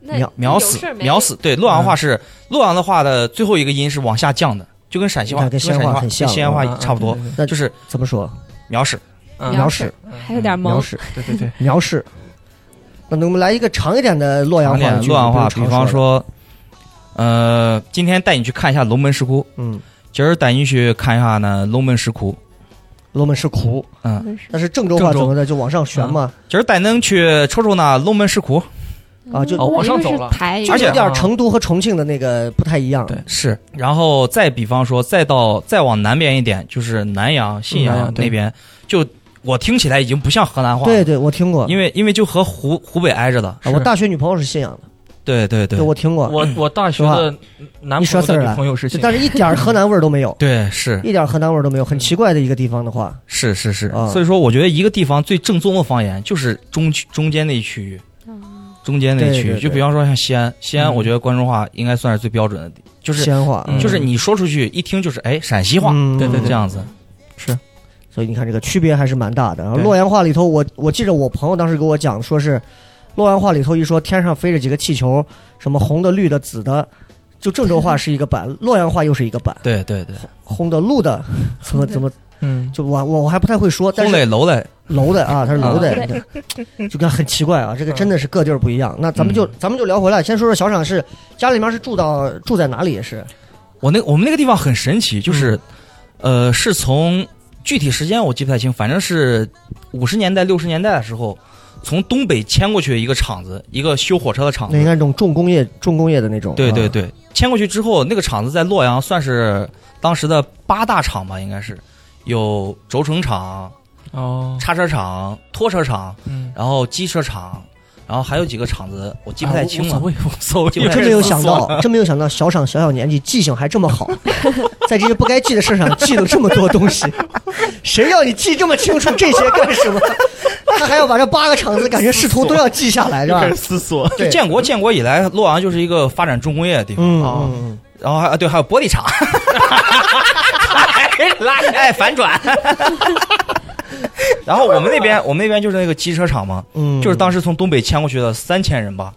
Speaker 5: 那
Speaker 3: 秒
Speaker 6: 秒
Speaker 5: 有
Speaker 6: 死
Speaker 5: 事儿，没
Speaker 6: 秒
Speaker 5: 事
Speaker 6: 死。对，洛阳话是洛阳的话的最后一个音是往下降的，就跟陕西
Speaker 3: 你
Speaker 6: 话、
Speaker 3: 看跟
Speaker 6: 陕
Speaker 3: 西安
Speaker 6: 西
Speaker 3: 话
Speaker 6: 话、
Speaker 3: 很
Speaker 6: 跟
Speaker 3: 像
Speaker 6: 西安话
Speaker 4: 啊
Speaker 6: 差不多，
Speaker 3: 那
Speaker 6: 就是
Speaker 3: 怎么说？
Speaker 6: 秒死。
Speaker 4: 嗯
Speaker 5: 秒
Speaker 3: 鸟
Speaker 5: 屎
Speaker 3: 屎，
Speaker 5: 还有点
Speaker 3: 鸟
Speaker 5: 懵。
Speaker 3: 屎，
Speaker 4: 对对对，
Speaker 3: 鸟屎。那能我们来一个长一点的洛阳话
Speaker 6: 讲点
Speaker 3: 的句子？
Speaker 6: 洛阳话，
Speaker 3: 比如
Speaker 6: 比
Speaker 3: 常
Speaker 6: 方
Speaker 3: 的，
Speaker 6: 说，呃，今天带你去看一下龙门石窟，
Speaker 3: 嗯，
Speaker 6: 今儿带你去看一下呢龙门石窟，
Speaker 3: 龙门石窟，
Speaker 6: 嗯，
Speaker 3: 但是郑州话
Speaker 4: 郑州
Speaker 3: 怎么的就往上旋嘛，
Speaker 6: 今儿带恁去瞅瞅那龙门石窟。
Speaker 3: 啊就
Speaker 5: 嗯
Speaker 4: 哦往上走
Speaker 5: 一个是
Speaker 4: 了
Speaker 5: 排
Speaker 3: 就
Speaker 6: 而且
Speaker 3: 有点
Speaker 4: 啊
Speaker 3: 成都和重庆的那个不太一样。
Speaker 4: 对
Speaker 6: 是，然后再比方说，再到再往南边一点，就是南阳、信
Speaker 4: 嗯南
Speaker 6: 阳
Speaker 4: 阳对
Speaker 6: 那边，就我听起来已经不像河南话了，
Speaker 3: 对对，我听过，
Speaker 6: 因为因为就和湖湖北挨着的，
Speaker 3: 啊
Speaker 4: 是
Speaker 3: 我大学女朋友是信阳的，
Speaker 6: 对对对，
Speaker 3: 对，我听过，
Speaker 4: 我我大学的男
Speaker 3: 你说
Speaker 4: 朋
Speaker 3: 事儿
Speaker 4: 友的
Speaker 3: 了
Speaker 4: 女朋友是
Speaker 3: 就
Speaker 4: 信
Speaker 3: 但是一点儿河南味儿都没有
Speaker 6: 对是
Speaker 3: 一点儿河南味儿都没有，很奇怪的一个地方的话，
Speaker 6: 是是是
Speaker 3: 啊，
Speaker 6: 所以说我觉得一个地方最正宗的方言就是中区中间那一区域，中间那一
Speaker 3: 对
Speaker 6: 区
Speaker 3: 对
Speaker 6: 域，
Speaker 3: 对
Speaker 6: 就比方说像西安，西安
Speaker 4: 嗯
Speaker 6: 我觉得关中话应该算是最标准的，就是
Speaker 3: 西安话，
Speaker 4: 嗯
Speaker 6: 就是你说出去一听就是哎陕西话，
Speaker 3: 嗯
Speaker 4: 对对
Speaker 6: 这
Speaker 4: 对
Speaker 6: 样子，
Speaker 3: 所以你看这个区别还是蛮大的。然后
Speaker 6: 对
Speaker 3: 洛阳话里头，我我记着我朋友当时给我讲，说是洛阳话里头一说天上飞着几个气球，什么红的、绿的、紫的，就郑州话是一个版， 洛阳话又是一个版，
Speaker 6: 对对对，
Speaker 3: 红的、绿的，怎么怎么
Speaker 4: 嗯，
Speaker 3: 就我我我还不太会说，但
Speaker 6: 轰
Speaker 3: 是
Speaker 6: 嘞楼嘞，
Speaker 3: 楼的啊，它是楼的
Speaker 5: 啊，
Speaker 3: 对就看很奇怪啊，这个真的是各地儿不一样。那咱们就
Speaker 6: 嗯
Speaker 3: 咱们就聊回来，先说说小赏是家里面是住到住在哪里也是，
Speaker 6: 啊我那我们那个地方很神
Speaker 3: 嗯
Speaker 6: 奇，就是，呃，是从具体时间我记不太清，反正是五十年代六十年代的时候，从东北迁过去一个厂子，一个修火车的厂
Speaker 3: 那应
Speaker 6: 子。
Speaker 3: 该是那种重工业重工业的那种，
Speaker 6: 对对
Speaker 3: 啊，
Speaker 6: 对，迁过去之后，那个厂子在洛阳算是当时的八大厂吧，应该是有轴承厂、
Speaker 3: 嗯
Speaker 4: 哦，
Speaker 6: 叉车厂、拖车厂，
Speaker 4: 嗯，
Speaker 6: 然后机车厂，然后还有几个厂子我记不太清了。
Speaker 4: 啊无无所谓无所谓，
Speaker 6: 记不太
Speaker 3: 真
Speaker 6: 清
Speaker 3: 没有
Speaker 6: 了
Speaker 3: 想到，真没有想到，小赏小小年纪记性还这么好，在这些不该记的事上记了这么多东西， 谁让你记这么清楚这些干什么？他还要把这八个厂子感觉试图都要记下来， 是吧？
Speaker 4: 思索，
Speaker 6: 就
Speaker 3: 对
Speaker 6: 建国建国以来，洛阳就是一个发展重工业的地方。
Speaker 3: 嗯，
Speaker 4: 哦
Speaker 3: 嗯
Speaker 6: 然后还啊对，还有玻璃厂，拉哎反转。然后我们那边我们那边就是那个机车厂嘛，
Speaker 3: 嗯，
Speaker 6: 就是当
Speaker 3: 时
Speaker 6: 时从东北迁过去的三千人吧，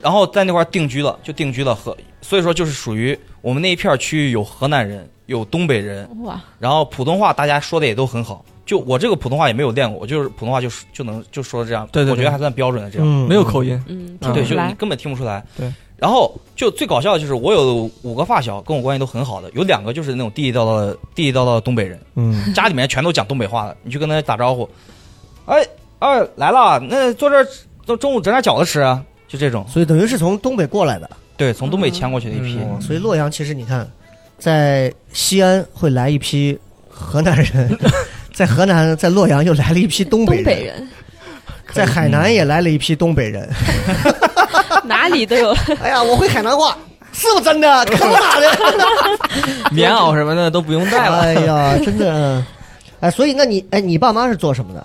Speaker 6: 然后在那块儿定居了，就定居了河，所以说就是属于我们那一片儿区域有河南人，有东北人，
Speaker 5: 哇，
Speaker 6: 然后普通话大家说的也都很好。就我这个普通话也没有练过，我就是普通话就就能就说这样，
Speaker 4: 对对
Speaker 6: 我觉得
Speaker 4: 对
Speaker 6: 还算标准的这样。
Speaker 3: 嗯
Speaker 4: 没有口音，
Speaker 5: 嗯，
Speaker 4: 啊
Speaker 5: 听
Speaker 6: 对，
Speaker 5: 不
Speaker 6: 就
Speaker 5: 出
Speaker 6: 你
Speaker 5: 来。
Speaker 6: 根本听不出来。
Speaker 4: 对，
Speaker 6: 然后就最搞笑的就是，我有五个发小跟我关系都很好的，有两个就是那种地地道道的地地道道的东 北人，
Speaker 3: 嗯
Speaker 6: 家里面全都讲东北话的，你去跟他打招呼，哎哎来了，那坐这儿中中午整点饺子吃啊，就这种。
Speaker 3: 所以等于是从东北过来的，
Speaker 6: 对，从东北迁过去的一批。
Speaker 4: 嗯
Speaker 3: 所以洛阳其实你看，在西安会来一批河南 人，在河南在洛阳又来了一批东北人，
Speaker 5: 东北人
Speaker 3: 在海南也来了一批东北人。
Speaker 5: 哪里都有，
Speaker 3: 哎呀，我会海南话，是不真 的？可不咋的。
Speaker 4: 棉袄什么的都不用带了。
Speaker 3: 哎呀，真的。哎，所以那你哎，你爸妈是做什么的？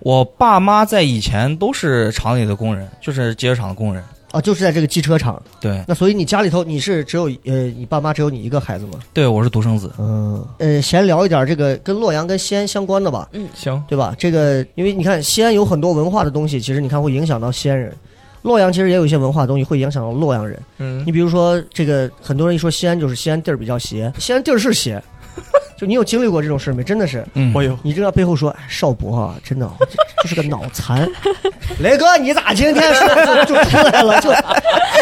Speaker 6: 我爸妈在以前都是厂里的工人，就是机车厂的工人。
Speaker 3: 哦，就是在这个机车厂。
Speaker 6: 对
Speaker 3: 那所以你家里头你是只有呃，你爸妈只有你一个孩子吗？
Speaker 6: 对，我是独生子。
Speaker 3: 嗯。呃，闲聊一点这个跟洛阳跟西安相关的吧。
Speaker 4: 行，
Speaker 3: 对吧？这个，因为你看西安有很多文化的东西，其实你看会影响到西安人。洛阳其实也有一些文化的东西会影响到洛阳人。
Speaker 4: 嗯
Speaker 3: 你，比如说，这个很多人一说西安，就是西安地儿比较邪，西安地儿是邪。 就你有经历过这种事没？真的是，
Speaker 6: 嗯，
Speaker 4: 我有，
Speaker 3: 你这要背后说，哎少博啊，真的哦这这是个脑残。雷哥，你咋今天说就就出来了？就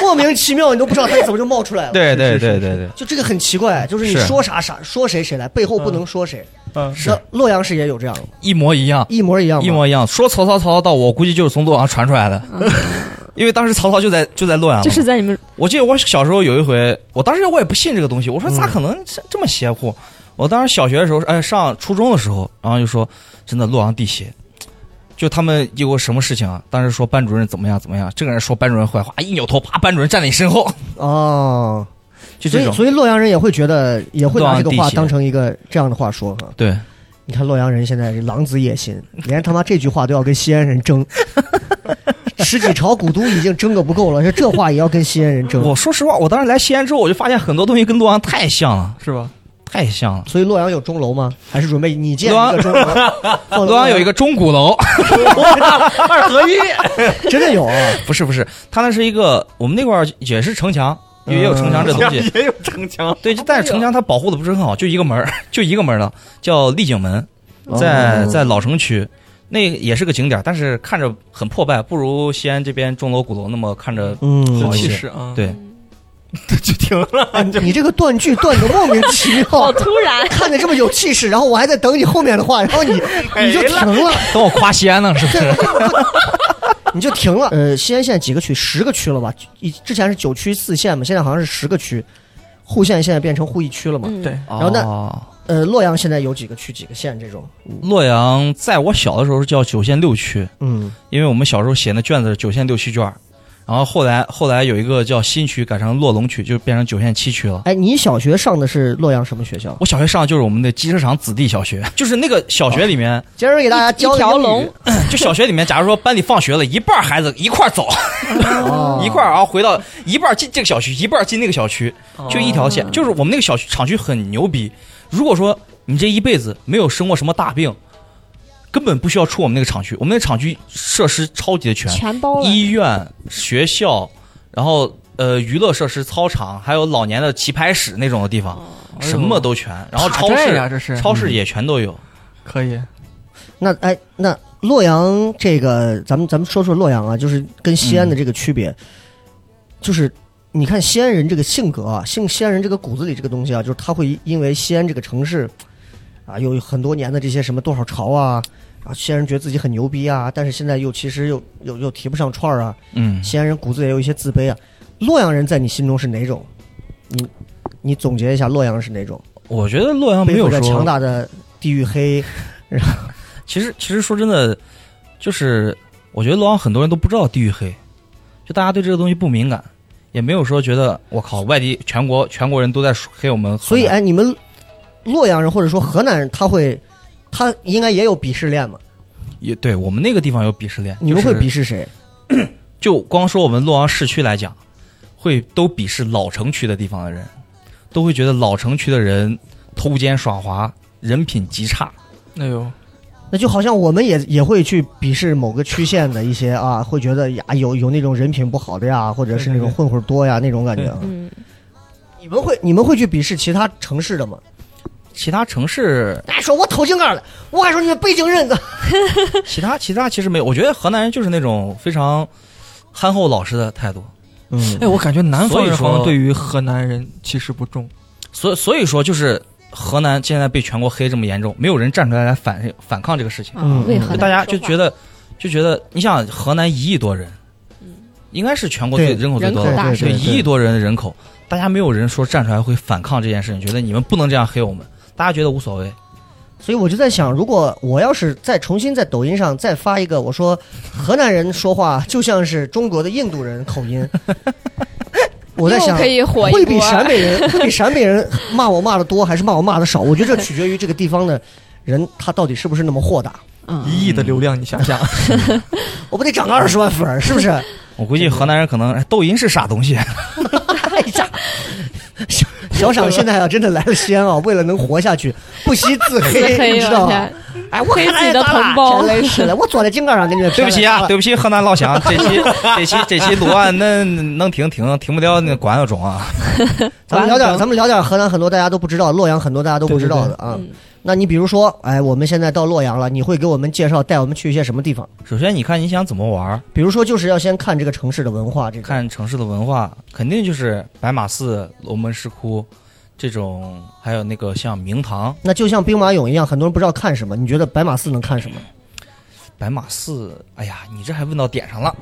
Speaker 3: 莫名其妙，你都不知道他怎么就冒出来了。
Speaker 6: 对
Speaker 4: 是
Speaker 6: 对
Speaker 4: 是
Speaker 6: 对
Speaker 4: 是
Speaker 6: 对对，
Speaker 3: 就这个很奇怪，就是你
Speaker 6: 是
Speaker 3: 说啥啥说谁谁来，背后不能说谁。
Speaker 4: 嗯，
Speaker 3: 那洛阳市也有这样的，
Speaker 6: 一模一样。
Speaker 3: 一模一样吗，
Speaker 6: 一模一样。说曹操，曹操到我估计就是从洛阳传出来的，
Speaker 3: 嗯
Speaker 6: 因为当时曹操就在就在洛阳嘛。
Speaker 5: 就是在你 们
Speaker 6: 我记得我小时候有一回，我当时我也不信这个东西，我说咋可能这这么邪乎？我当时小学的时候，哎，上初中的时候，然后就说真的洛阳地邪。就他们有个什么事情啊？当时说班主任怎么样怎么样，这个人说班主任坏话，一扭头，啪，班主任站在你身后，
Speaker 3: 哦。
Speaker 6: 就
Speaker 3: 所
Speaker 6: 这
Speaker 3: 以，
Speaker 6: 种。
Speaker 3: 所以洛阳人也会觉得，也会拿这个
Speaker 6: 洛阳
Speaker 3: 话
Speaker 6: 地形
Speaker 3: 当成一个这样的话说哈。
Speaker 6: 对，
Speaker 3: 你看洛阳人现在是狼子野心， 连他妈这句话都要跟西安人争， 十几朝古都已经争个不够了，这这话也要跟西安人争。
Speaker 6: 我说实话，我当时来西安之后，我就发现很多东西跟洛阳太像了。
Speaker 4: 是吧？
Speaker 6: 太像了。
Speaker 3: 所以洛阳有钟楼吗？还是准备你建一
Speaker 6: 洛
Speaker 3: 个
Speaker 6: 阳
Speaker 3: 钟楼？放
Speaker 6: 洛阳有一个钟鼓楼，二合一。
Speaker 3: 真的有啊！
Speaker 6: 不是不是，它那是一个我们那块儿也是城墙，也有城墙
Speaker 3: 嗯
Speaker 6: 这 东西。
Speaker 4: 也有城墙，
Speaker 6: 对，就但是城墙它保护的不是很好，就一个门儿， 就一个门儿的，叫丽景门，
Speaker 3: 哦
Speaker 6: 在在老城区，那也是个景点儿，但是看着很破败，不如西安这边钟楼鼓楼那么看着。
Speaker 3: 嗯，
Speaker 4: 有
Speaker 6: 好一
Speaker 4: 气
Speaker 6: 些
Speaker 4: 势啊！
Speaker 6: 对，
Speaker 4: 就停了。
Speaker 3: 哎你这个断句断的莫名其妙
Speaker 5: 好，哦突然，
Speaker 3: 看着这么有气势，然后我还在等你后面的话，然后你你就停了，
Speaker 6: 等我夸西安呢，是 不是？
Speaker 3: 你就停了。呃，西安现在几个区？十个区了吧？一之前是九区四县嘛，现在好像是十个区，户县现在变成户一区了嘛。
Speaker 5: 嗯
Speaker 4: 对，
Speaker 6: 然
Speaker 3: 后那
Speaker 6: 那
Speaker 3: 呃，洛阳现在有几个区、几个县这种？
Speaker 6: 洛阳在我小的时候是叫九县六区，
Speaker 3: 嗯，
Speaker 6: 因为我们小时候写那卷子是九县六区卷儿，然后后来后来有一个叫新区改成洛龙区，就变成九县七区了。
Speaker 3: 哎，你小学上的是洛阳什么学校？
Speaker 6: 我小学上的就是我们的机车厂子弟小学，就是那个小学里面，
Speaker 3: 今儿给大家
Speaker 5: 一
Speaker 3: 教
Speaker 5: 一条龙，
Speaker 6: 就小学里面，假如说班里放学了，一半儿孩子一块儿走，
Speaker 3: 哦
Speaker 6: 一块儿然后回到一半儿进这个小区，一半儿进那个小区，
Speaker 4: 哦
Speaker 6: 就一条线。就是我们那个小区厂区很牛逼。如果说你这一辈子没有生过什么大病，根本不需要出我们那个厂区。我们那个厂区设施超级的全，
Speaker 5: 全包了。
Speaker 6: 医院、学校，然后呃娱乐设施、操场，还有老年的棋牌室那种的地
Speaker 5: 哦
Speaker 6: 方，什么都全。然后
Speaker 4: 塔
Speaker 6: 超
Speaker 4: 寨
Speaker 6: 市
Speaker 4: 呀这是嗯
Speaker 6: 超市也全都有。
Speaker 4: 可以。
Speaker 3: 那哎，那洛阳这个，咱们咱们说说洛阳啊，就是跟西
Speaker 6: 嗯
Speaker 3: 安的这个区别，就是你看西安人这个性格啊，性西安人这个骨子里这个东西啊，就是他会因为西安这个城市啊，有很多年的这些什么多少朝啊。啊，西安人觉得自己很牛逼啊，但是现在又其实又又又提不上串儿啊。
Speaker 6: 嗯，
Speaker 3: 西安人骨子里也有一些自卑啊。洛阳人在你心中是哪种？你你总结一下，洛阳是哪种？
Speaker 6: 我觉得洛阳没
Speaker 3: 背
Speaker 6: 有
Speaker 3: 负着
Speaker 6: 说
Speaker 3: 强大的地域黑，
Speaker 6: 其实，其实说真的，就是我觉得洛阳很多人都不知道地域黑，就大家对这个东西不敏感，也没有说觉得我靠，外地全国全国人都在说黑我们河南。
Speaker 3: 所以，哎，你们洛阳人或者说河南人，他会，他应该也有鄙视链嘛？
Speaker 6: 也对我们那个地方有鄙视链，
Speaker 3: 你们会
Speaker 6: 就是
Speaker 3: 鄙视谁？
Speaker 6: 就光说我们洛阳市区来讲，会都鄙视老城区的地方的人，都会觉得老城区的人偷奸耍滑，人品极差。
Speaker 4: 哎呦，
Speaker 3: 那就好像我们也也会去鄙视某个区县的一些 啊，会觉得呀，有有那种人品不好的呀，或者是那种
Speaker 4: 对对对
Speaker 3: 混混多呀那种感觉啊。
Speaker 5: 嗯，
Speaker 3: 你们会你们会去鄙视其他城市的吗？
Speaker 6: 其他城市，
Speaker 3: 哎，说我偷井盖的，我还说你们北京人呢。
Speaker 6: 其他其他其实没有，我觉得河南人就是那种非常憨厚老实的态度。
Speaker 3: 嗯
Speaker 4: 哎，我感觉南方
Speaker 6: 所以
Speaker 4: 人
Speaker 6: 说
Speaker 4: 好像对于河南人气势不重。
Speaker 6: 所所以说，就是河南现在被全国黑这么严重，没有人站出来来反反抗这个事情，
Speaker 3: 嗯
Speaker 5: 啊为何
Speaker 6: 就大家就觉得就觉得，你想河南一亿多人，应该是全国最
Speaker 3: 对
Speaker 6: 人口最多
Speaker 5: 嗯人口
Speaker 6: 的，
Speaker 5: 大
Speaker 3: 对
Speaker 6: 对
Speaker 3: 对
Speaker 6: 一
Speaker 3: 对
Speaker 6: 亿多人的人口，大家没有人说站出来会反抗这件事情，觉得你们不能这样黑我们，大家觉得无所谓。
Speaker 3: 所以我就在想，如果我要是再重新在抖音上再发一个，我说河南人说话就像是中国的印度人口音，我在
Speaker 5: 又
Speaker 3: 想
Speaker 5: 可以火一波
Speaker 3: 会比陕北人会比陕北人骂我骂的多，还是骂我骂的少？我觉得这取决于这个地方的人他到底是不是那么豁达。
Speaker 5: 嗯，
Speaker 4: 一亿的流量，你想想，
Speaker 3: 我不得涨个二十万粉儿，是不是？
Speaker 6: 我估计河南人可能哎抖音是啥东 西，
Speaker 3: 哎呀，小小赏现在啊，真的来了西安啊，为了能活下去，不惜自
Speaker 5: 自
Speaker 3: 黑，
Speaker 5: 黑
Speaker 3: 你知道
Speaker 5: 我
Speaker 3: 吗
Speaker 5: 天？，
Speaker 3: 哎，我
Speaker 5: 黑
Speaker 3: 看
Speaker 5: 自己
Speaker 3: 哎
Speaker 5: 的
Speaker 3: 咋啦
Speaker 5: 同胞
Speaker 3: 真是的，我坐在井盖上给你们
Speaker 6: 对不起
Speaker 3: 骗
Speaker 6: 啊，
Speaker 3: 了
Speaker 6: 对不起河南老乡，这期这期这期鲁案能能停停停不了那管有种啊，
Speaker 3: 咱们聊点，咱们聊点河南很多大家都不知道，洛阳很多大家都不知道的啊。
Speaker 5: 嗯
Speaker 3: 那你比如说，哎，我们现在到洛阳了，你会给我们介绍带我们去一些什么地方？
Speaker 6: 首先你看你想怎么玩儿。
Speaker 3: 比如说，就是要先看这个城市的文化，这个
Speaker 6: 看城市的文化，肯定就是白马寺、龙门石窟这种，还有那个像明堂、
Speaker 3: 那就像兵马俑一样，很多人不知道看什么。你觉得白马寺能看什么？
Speaker 6: 白马寺。哎呀，你这还问到点 上了，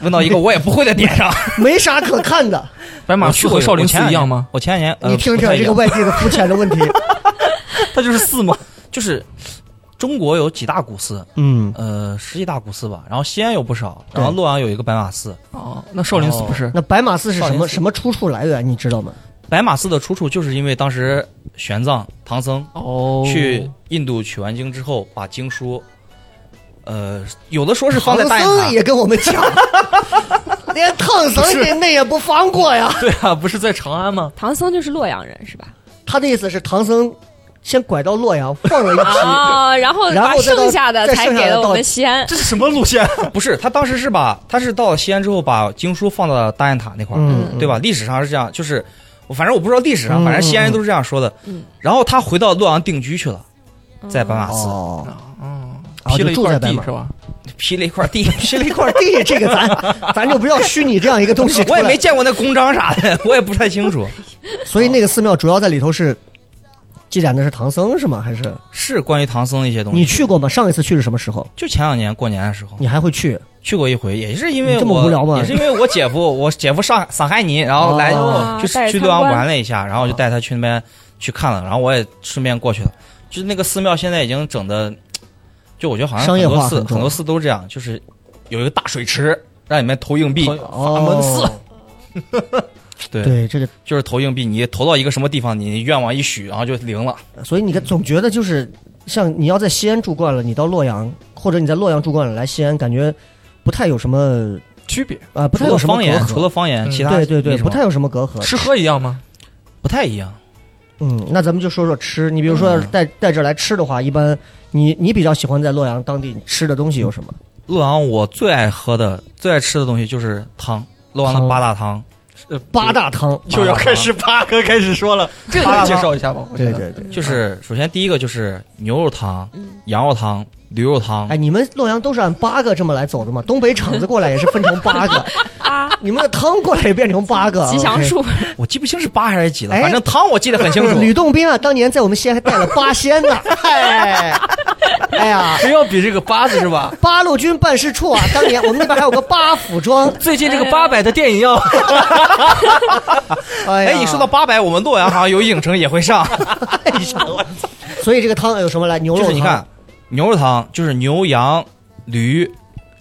Speaker 6: 问到一个我也不会的点上。
Speaker 3: 没啥可看 的。
Speaker 4: 白马
Speaker 6: 我
Speaker 4: 寺
Speaker 6: 去
Speaker 4: 和
Speaker 6: 过
Speaker 4: 少林寺一样吗？？
Speaker 6: 我前两年呃
Speaker 3: 你听听这个
Speaker 6: 不太一
Speaker 3: 外
Speaker 6: 样
Speaker 3: 地的肤浅的 问题。
Speaker 4: 它就是寺嘛。
Speaker 6: 就是中国有几大古寺，
Speaker 3: 嗯，
Speaker 6: 呃，十几大古寺吧。然后西安有不少，然后
Speaker 3: 对
Speaker 6: 洛阳有一个白马寺。
Speaker 4: 哦，那少林寺不是？
Speaker 3: 那白马寺是什
Speaker 6: 少林
Speaker 3: 么
Speaker 6: 寺
Speaker 3: 什么出处来源？你知道吗？
Speaker 6: 白马寺的出处就是因为当时玄奘、唐僧
Speaker 4: 哦，
Speaker 6: 去印度取完经之后，把经书，呃，有的说是放
Speaker 3: 唐
Speaker 6: 在大雁塔
Speaker 3: 僧，也跟我们 讲，连唐僧那那也不放过呀。
Speaker 4: 对啊，不是在长安吗？
Speaker 5: 唐僧就是洛阳人是吧？
Speaker 3: 他的意思是唐僧先拐到洛阳放了一批，
Speaker 5: 啊，然后
Speaker 3: 然
Speaker 5: 把
Speaker 3: 后再到
Speaker 5: 剩下的
Speaker 3: 再
Speaker 5: 才
Speaker 3: 剩下
Speaker 5: 给
Speaker 3: 的
Speaker 5: 了我
Speaker 3: 到
Speaker 5: 们 西安。
Speaker 6: 这是什么路
Speaker 4: 啊
Speaker 6: 线？不是，他当时是把他是到西安之后，把经书放到了大雁塔那块儿，
Speaker 3: 嗯
Speaker 6: 对吧？历史上是这样，就是我反正我不知道历史上，
Speaker 3: 嗯
Speaker 6: 反正西安人都是这样说的。
Speaker 5: 嗯
Speaker 6: 然后他回到洛阳定居去了，在白马寺、
Speaker 3: 哦，
Speaker 6: 嗯
Speaker 4: 哦，
Speaker 3: 哦
Speaker 4: 劈了
Speaker 3: 就
Speaker 4: 一
Speaker 3: 住在
Speaker 4: 块
Speaker 3: 白
Speaker 4: 地
Speaker 3: 马
Speaker 4: 是吧？
Speaker 6: 批了一块地，
Speaker 3: 劈了一块地，这个咱咱就不要虚拟这样一个东 西出
Speaker 6: 我
Speaker 3: 来。
Speaker 6: 也没见过那公章啥的， 我也不太清楚。
Speaker 3: 所以那个寺庙主要在里头是祭奠的是唐僧是吗？还是
Speaker 6: 是关于唐僧的一些东西。
Speaker 3: 你去过吗？上一次去是什么时候？
Speaker 6: 就前两年过年的时候
Speaker 3: 你还会去？
Speaker 6: 去过一回，也是因为
Speaker 3: 你
Speaker 6: 我
Speaker 3: 这么无聊吗
Speaker 6: 也是因为我 姐夫，我姐夫上上海尼，然后来
Speaker 3: 哦
Speaker 6: 去
Speaker 5: 带着
Speaker 6: 去
Speaker 5: 参
Speaker 6: 洛阳
Speaker 5: 观
Speaker 6: 玩了一下，然后我就带他去那边去看了，然后我也顺便过去了。就是那个寺庙现在已经整的，就我觉得好像
Speaker 3: 商
Speaker 6: 很
Speaker 3: 业
Speaker 6: 多
Speaker 3: 化
Speaker 6: 寺
Speaker 3: 很重
Speaker 6: 很多寺都是这样，就是有一个大水池，让里面投硬币，
Speaker 3: 哦，
Speaker 6: 门寺 对
Speaker 3: 对这个，
Speaker 6: 就是投硬币，你投到一个什么地方，你愿望一许，然后就灵了。
Speaker 3: 所以你看，总觉得就是像你要在西安住惯了，你到洛阳，或者你在洛阳住惯了，来西安感觉不太有什么
Speaker 4: 区别
Speaker 3: 啊、不
Speaker 6: 除
Speaker 3: 太
Speaker 6: 了
Speaker 3: 有什么隔
Speaker 6: 方言，
Speaker 3: 阂。
Speaker 6: 除了方言，
Speaker 4: 嗯
Speaker 6: 其他
Speaker 3: 对对对
Speaker 6: 没，什么
Speaker 3: 不太有什么隔阂。
Speaker 4: 吃喝一样吗？
Speaker 6: 不太一样。
Speaker 3: 嗯，那咱们就说说吃，你比如说
Speaker 6: 嗯
Speaker 3: 要是带带这儿来吃的话，一般你你比较喜欢在洛阳当地吃的东西有什么？
Speaker 6: 洛阳我最爱喝的、最爱吃的东西就是汤，洛阳的
Speaker 3: 汤
Speaker 6: 八大汤。
Speaker 4: 呃
Speaker 3: 八大汤，
Speaker 4: 就要开始八哥开始说了，这
Speaker 3: 啊
Speaker 4: 个能介绍一下吗？我觉
Speaker 3: 对
Speaker 4: 得
Speaker 3: 对对。
Speaker 6: 就是首先第一个就是牛肉汤、羊肉汤、驴肉汤
Speaker 3: 哎，，你们洛阳都是按八个这么来走的吗？东北厂子过来也是分成八个，
Speaker 5: 啊，
Speaker 3: 你们的汤过来也变成八个。
Speaker 5: 吉祥
Speaker 3: OK
Speaker 5: 树，
Speaker 6: 我记不清是八还是几了，
Speaker 3: 哎
Speaker 6: 反正汤我记得很清 楚。
Speaker 3: 吕洞宾啊，当年在我们西安还带了八仙 呢。哎，哎 呀，
Speaker 4: 非要比这个八字 是吧？
Speaker 3: 八路军办事处啊，当年我们那边还有个八府庄。
Speaker 4: 最近这个八百的电影要
Speaker 3: 哎呀，
Speaker 6: 哎，你说到八百，我们洛阳好像有影城也会 上，
Speaker 3: 所以这个汤哎有什么来？牛肉
Speaker 6: 就
Speaker 3: 汤。
Speaker 6: 是你看，牛肉汤就是牛羊驴，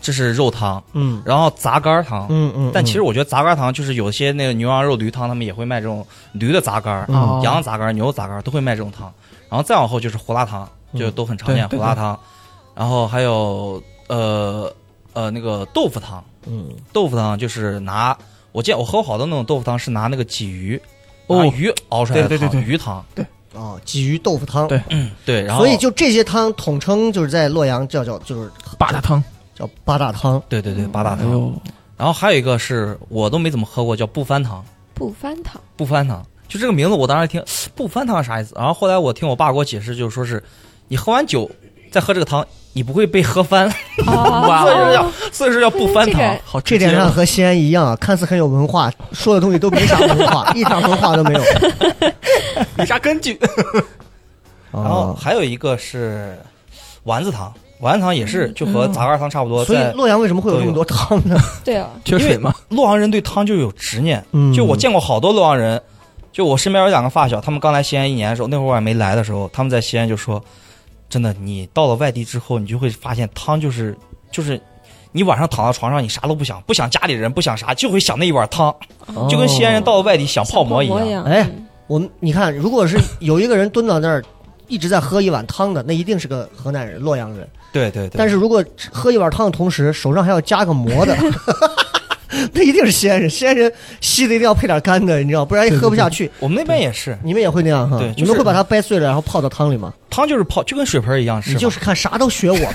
Speaker 6: 这是肉汤，
Speaker 3: 嗯，
Speaker 6: 然后杂干儿汤。
Speaker 3: 嗯嗯嗯。
Speaker 6: 但其实我觉得杂干儿汤就是有些那个牛羊肉驴汤，他们也会卖这种驴的杂干儿、
Speaker 3: 嗯
Speaker 6: 羊杂干儿、牛杂干儿都会卖这种汤。然后再往后就是胡辣汤，就都很常见
Speaker 4: 嗯对
Speaker 6: 胡
Speaker 4: 对
Speaker 6: 辣汤，然后还有呃呃那个豆腐汤，
Speaker 3: 嗯，
Speaker 6: 豆腐汤就是拿我见我喝过好多那种豆腐汤是拿那个鲫鱼，
Speaker 4: 哦
Speaker 6: 拿鱼熬出来的汤，
Speaker 4: 对对对对
Speaker 6: 鱼汤，
Speaker 3: 哦，鲫鱼豆腐汤。
Speaker 4: 对
Speaker 6: 对，然后
Speaker 3: 所以就这些汤统称就是在洛阳叫叫就是
Speaker 4: 八大汤，
Speaker 3: 叫八大汤。
Speaker 6: 对对对八大
Speaker 4: 哎
Speaker 6: 汤，
Speaker 4: 呦，
Speaker 6: 然后还有一个是我都没怎么喝过叫不翻汤，
Speaker 5: 不翻 糖，
Speaker 6: 不翻汤，就这个名字我当时听 不翻汤是啥意思，然后后来我听我爸给我解释，就是说是你喝完酒再喝这个汤，你不会被喝翻，
Speaker 5: 哇
Speaker 6: 所以说叫所以说叫不翻汤。
Speaker 5: 哦这个
Speaker 4: 好
Speaker 3: 这
Speaker 4: 直接
Speaker 3: 点上
Speaker 4: 哦
Speaker 3: 和西安一样啊，看似很有文化，说的东西都没啥文 化，一点文化都没有。
Speaker 4: 没啥根据。
Speaker 6: 然后
Speaker 3: 哦，
Speaker 6: 还有一个是丸子汤，丸子汤也
Speaker 5: 嗯
Speaker 6: 是就和杂干汤差不多，
Speaker 3: 所以
Speaker 6: 在
Speaker 3: 洛阳为什么会有这么多汤 呢？
Speaker 5: 对 啊，
Speaker 4: 缺水吗？
Speaker 6: 洛阳人对汤就有执念，
Speaker 3: 嗯
Speaker 6: 就我见过好多洛阳人，就我身边有两个发小，他们刚来西安一年的时候，那会儿我还没来的时候，他们在西安就说，真的，你到了外地之后，你就会发现汤就是就是。你晚上躺到床上，你啥都不想，不想家里人，不想啥，就会想那一碗汤，就跟西安人到了外地哦想泡
Speaker 5: 像
Speaker 6: 馍一样。
Speaker 5: 样嗯
Speaker 3: 哎，哦我们你看，如果是有一个人蹲到那儿，一直在喝一碗汤的，那一定是个河南人、洛阳人。
Speaker 6: 对对对。
Speaker 3: 但是如果喝一碗汤的同时，手上还要加个馍 的，那一定是西安人。西安人稀的一定要配点干的，你知道，不然也喝不下去。
Speaker 6: 我们那边也是，
Speaker 3: 你们也会那样哈？
Speaker 6: 对就是
Speaker 3: 你们会把它掰碎了，然后泡到汤里吗？
Speaker 6: 汤就是泡，就跟水盆一样是
Speaker 3: 你
Speaker 6: 吧。
Speaker 3: 就是看啥都学我们，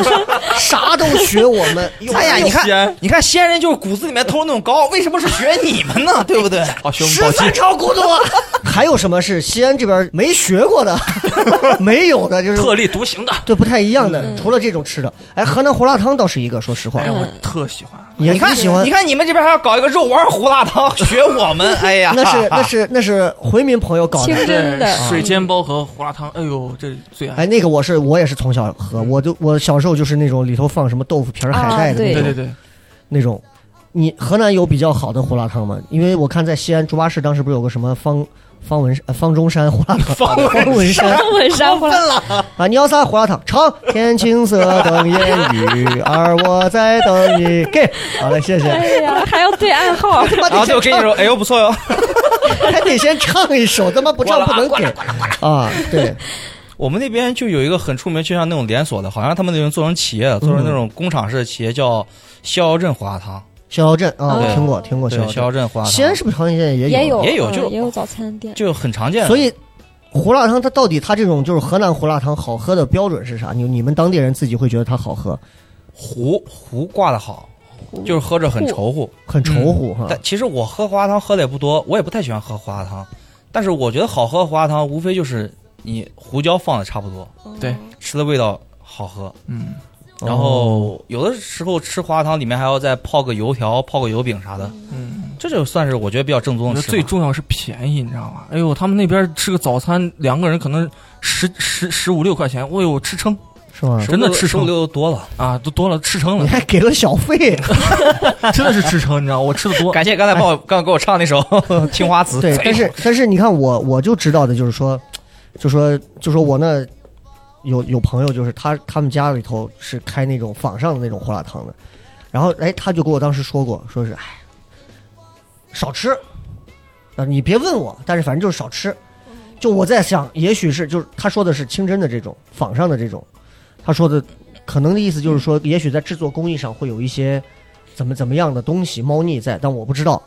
Speaker 3: 啥都学我们。
Speaker 6: 哎呀，
Speaker 3: 又
Speaker 6: 你
Speaker 4: 西
Speaker 6: 看
Speaker 4: 安，
Speaker 6: 你看西安人就是骨子里面偷那种高，为什么是学你们呢？对不 对？
Speaker 4: 好，学我们
Speaker 3: 十
Speaker 4: 宝鸡
Speaker 3: 三朝古都，啊 还有什么是西安这边没学过的、 没有的，就是
Speaker 4: 特立独行的，
Speaker 3: 对不太一样
Speaker 6: 嗯
Speaker 3: 的。除了这种吃的，哎，河南胡辣汤倒是一个，说实话
Speaker 4: 哎，，我
Speaker 5: 嗯
Speaker 4: 特喜欢。
Speaker 3: 也
Speaker 6: 你看
Speaker 3: 你喜欢
Speaker 6: 你，看你们这边还要搞一个肉丸胡辣汤，学我 们，哎呀，
Speaker 3: 那是那是那是回民朋友搞
Speaker 5: 清
Speaker 3: 的。
Speaker 5: 真的嗯
Speaker 4: 对水煎包和胡辣汤，哎呦，这最爱。
Speaker 3: 哎，那个我是我也是从小喝，我就我小时候就是那种里头放什么豆腐皮儿、海带的那
Speaker 4: 对
Speaker 5: 啊
Speaker 3: 种、
Speaker 4: 对对，
Speaker 3: 那种。你河南有比较好的胡辣汤吗？因为我看在西安竹巴市当时不是有个什么方方文呃方中山胡辣汤，方文山
Speaker 5: 张文山花
Speaker 3: 啊，你要啥胡辣汤？尝天青色等烟雨，而我在等你。给，好嘞，谢
Speaker 5: 哎
Speaker 3: 谢。
Speaker 5: 呀，还要对暗号，
Speaker 3: 他妈
Speaker 6: 然后
Speaker 3: 得
Speaker 6: 就
Speaker 3: 先
Speaker 6: 跟你 说，哎呦不错哟，
Speaker 3: 唱，还得先唱一首，他妈不唱不能给啊！对，
Speaker 6: 我们那边就有一个很出名，就像那种连锁的，好像他们那种做成企业，做
Speaker 3: 嗯
Speaker 6: 成那种工厂式的企业，叫逍遥镇胡辣汤。
Speaker 3: 逍遥镇啊，我
Speaker 6: 对
Speaker 3: 听过听过
Speaker 6: 对，
Speaker 3: 逍
Speaker 6: 逍
Speaker 3: 遥
Speaker 6: 遥镇胡辣
Speaker 3: 镇，
Speaker 6: 汤，
Speaker 3: 西安是不是长安县也有？啊
Speaker 5: 有嗯
Speaker 6: 也
Speaker 5: 也
Speaker 6: 有就
Speaker 5: 也有早餐店，
Speaker 6: 就很常见的。
Speaker 3: 所以胡辣汤它到底它这种就是河南胡辣汤好喝的标准是啥？你你们当地人自己会觉得它好喝，
Speaker 6: 糊糊挂的好，就是喝着很稠乎。
Speaker 3: 很稠乎哈。
Speaker 6: 嗯但其实我喝胡辣汤喝的也不多，我也不太喜欢喝胡辣汤，但是我觉得好喝的胡辣汤无非就是你胡椒放的差不多，
Speaker 5: 哦
Speaker 4: 对，
Speaker 6: 吃的味道好喝。
Speaker 4: 嗯，
Speaker 6: 然
Speaker 3: 哦
Speaker 6: 后有的时候吃胡辣汤里面还要再泡个油条、泡个油饼啥的，
Speaker 4: 嗯，
Speaker 6: 这就算是我觉得比较正宗
Speaker 4: 我
Speaker 6: 的
Speaker 4: 觉
Speaker 6: 吃
Speaker 4: 得
Speaker 6: 法。
Speaker 4: 最重要是便宜，你知道吗？哎呦，他们那边吃个早餐，两个人可能十十十五六块钱，哎呦，吃撑
Speaker 3: 是吗？
Speaker 4: 真的吃
Speaker 6: 瘦
Speaker 4: 撑
Speaker 6: 溜多了。
Speaker 4: 啊，都多了，吃撑
Speaker 3: 你
Speaker 4: 了，
Speaker 3: 还给了小费，啊
Speaker 4: 真的是吃撑，你知道吗，我吃的多，
Speaker 6: 感谢刚才帮我刚给我唱那首《青花瓷》。
Speaker 3: 对，但是但是你看我我就知道的就是说，就说就说我那有有朋友就是他他们家里头是开那种坊上的那种胡辣汤的，然后哎他就给我当时说过，说是哎少吃，啊你别问我，但是反正就是少吃。就我在想，也许是就是他说的是清真的这种坊上的这种，他说的可能的意思就是说，也许在制作工艺上会有一些怎么怎么样的东西猫腻在，但我不知道。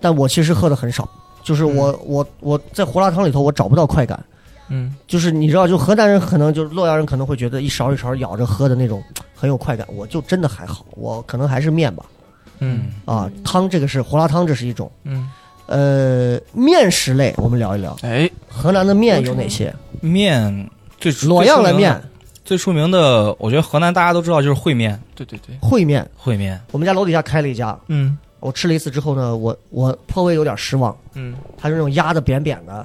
Speaker 3: 但我其实喝的很少，就是我、我我在胡辣汤里头我找不到快感，
Speaker 4: 嗯，
Speaker 3: 就是你知道，就河南人可能就是洛阳人可能会觉得一勺一勺咬着喝的那种很有快感，我就真的还好，我可能还是面吧，
Speaker 4: 嗯
Speaker 3: 啊，汤这个是胡辣汤，这是一种，
Speaker 4: 嗯，
Speaker 3: 呃，面食类我们聊一聊，
Speaker 4: 哎，
Speaker 3: 河南的面有哪些？
Speaker 6: 面最出
Speaker 3: 洛阳的面、
Speaker 6: 最出名的，我觉得河南大家都知道就是烩面，
Speaker 4: 对对对，
Speaker 3: 烩面，
Speaker 6: 烩面
Speaker 3: 我们家楼底下开了一家，
Speaker 4: 嗯
Speaker 3: 我吃了一次之后呢，我我颇为有点失望，
Speaker 4: 嗯，
Speaker 3: 它是那种压的扁扁的，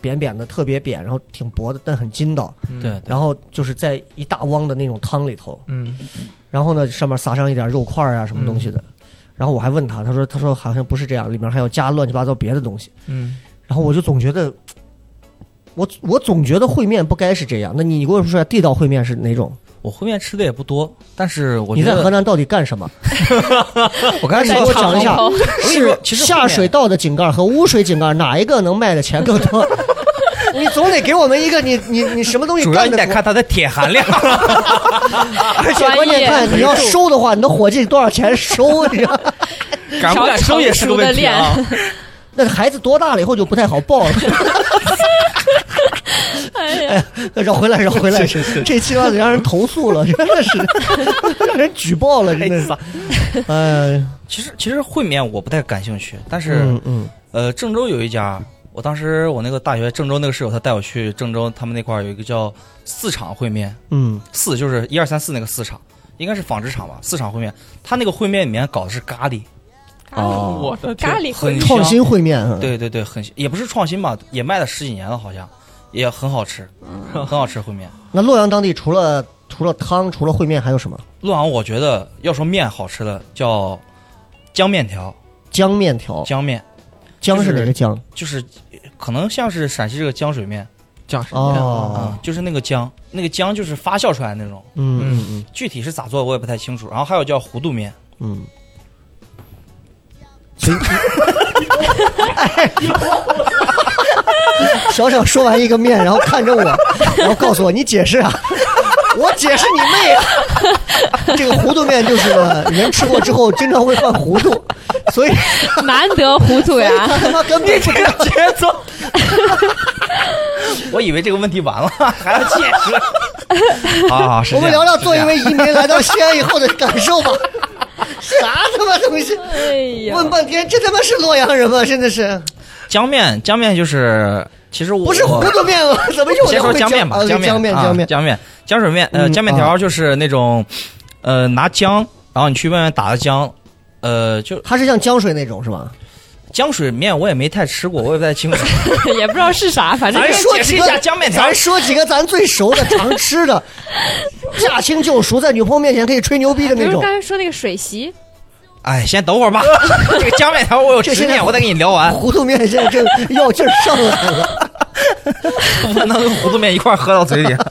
Speaker 3: 扁扁的特别扁，然后挺薄的，但很筋道。
Speaker 4: 嗯
Speaker 6: 对，
Speaker 3: 然后就是在一大汪的那种汤里头，
Speaker 4: 嗯
Speaker 3: 然后呢上面撒上一点肉块啊什么东西的，
Speaker 6: 嗯
Speaker 3: 然后我还问他，他说他说好像不是这样，里面还要加乱七八糟别的东西，
Speaker 4: 嗯，
Speaker 3: 然后我就总觉得，我我总觉得烩面不该是这样，那你你给我说一下地道烩面是哪种？
Speaker 6: 我烩面吃的也不多，但是我
Speaker 3: 你
Speaker 6: 觉
Speaker 3: 在河
Speaker 6: 得
Speaker 3: 南到底干什么？
Speaker 6: 我刚
Speaker 3: 给
Speaker 6: 才说
Speaker 3: 我
Speaker 6: 差不
Speaker 3: 讲
Speaker 6: 多
Speaker 3: 一下，
Speaker 6: 跟你
Speaker 3: 是
Speaker 6: 说其实
Speaker 3: 下
Speaker 6: 烩面
Speaker 3: 水道的井盖和污水井盖哪一个能卖的钱更 多？你总得给我们一个你你你什么东西
Speaker 6: 主要
Speaker 3: 干
Speaker 6: 你
Speaker 3: 得
Speaker 6: 得
Speaker 3: 多
Speaker 6: 看它的铁含量。
Speaker 3: 而且关键看你要收的话，你的伙计多少钱收？你知道吗？
Speaker 6: 敢不敢收也是个问题啊！
Speaker 3: 那孩子多大了以后就不太好报了。
Speaker 5: 哎呀，
Speaker 3: 绕回来，绕回来，这期让让人投诉了， 真的是让人举报了，真的是。哎，
Speaker 6: 其实其实烩面我不太感兴趣，但是、
Speaker 3: 嗯嗯
Speaker 6: 呃，郑州有一家，我当时我那个大学郑州那个室友他带我去郑州，他们那块儿有一个叫四厂烩面，
Speaker 3: 嗯，
Speaker 6: 四就是一二三四那个四厂，应该是纺织厂吧，四厂烩面，他那个烩面里面搞的是咖喱，
Speaker 3: 哦，
Speaker 4: 我的天
Speaker 5: 咖，喱
Speaker 6: 很
Speaker 5: 烩
Speaker 6: 香
Speaker 3: 创新烩面啊，
Speaker 6: 对对对，很也不是创新吧，也卖了十几年了，好像也很好吃，
Speaker 3: 嗯
Speaker 6: 很好吃烩面。
Speaker 3: 那洛阳当地除了除了汤，除了烩面还有什么？
Speaker 6: 洛阳我觉得要说面好吃的叫江面条，
Speaker 3: 江面条，
Speaker 6: 江面
Speaker 3: 江是
Speaker 6: 就是
Speaker 3: 哪个江？
Speaker 6: 就是可能像是陕西这个江水面
Speaker 4: 讲什么呀？
Speaker 6: 啊
Speaker 3: 哦，，
Speaker 6: 就是那个江，那个江就是发酵出来那种，
Speaker 3: 嗯嗯嗯
Speaker 6: 具体是咋做的我也不太清楚。然后还有叫糊涂面，
Speaker 3: 嗯。所以 小小说完一个面，然后看着我，然后告诉我你解释啊，我解释你妹啊！这个糊涂面就是呢，人吃过之后经常会犯糊涂，所以
Speaker 5: 难得糊涂呀
Speaker 3: 他！他妈根本不知道
Speaker 6: 节奏。 我以为这个问题完了， 还要解释。 啊，是这样
Speaker 3: 我们聊聊作为一位
Speaker 6: 是
Speaker 3: 移民来到西安以后的感受 吧。啥他妈东西？
Speaker 5: 哎呀，
Speaker 3: 问半天，这他妈是洛阳人吗？真的是，
Speaker 6: 这样江面，江面就是其实我
Speaker 3: 不是糊涂面吗？怎么又
Speaker 6: 先
Speaker 3: 聊
Speaker 6: 说
Speaker 3: 回
Speaker 6: 江面吧，
Speaker 3: 啊
Speaker 6: 江面
Speaker 3: 江面，
Speaker 6: 啊
Speaker 3: 江面，
Speaker 6: 江面，江水面，呃，
Speaker 3: 嗯
Speaker 6: 江面条就是那种，呃，拿姜，然后你去外面打的姜，呃，就
Speaker 3: 它是像江水那种是吧？
Speaker 6: 江水面我也没太吃过，我也不太 清楚。
Speaker 5: 也不知道是啥，反正
Speaker 6: 咱
Speaker 5: 就
Speaker 3: 说
Speaker 6: 解释
Speaker 3: 几
Speaker 6: 一
Speaker 3: 个
Speaker 6: 下江面 条
Speaker 3: 咱，说几个咱最熟的、常吃的，驾轻就熟，在女朋友面前可以吹牛逼的
Speaker 5: 比
Speaker 3: 那
Speaker 5: 如
Speaker 3: 种
Speaker 5: 刚。才说那个水席，
Speaker 6: 哎，先等会儿 吧。这个江面条我有
Speaker 3: 这
Speaker 6: 执
Speaker 3: 现在
Speaker 6: 念，我再跟你聊完，
Speaker 3: 糊涂面现在正药劲儿上来了，
Speaker 6: 不能跟糊涂面一块儿喝到嘴里。
Speaker 3: 啊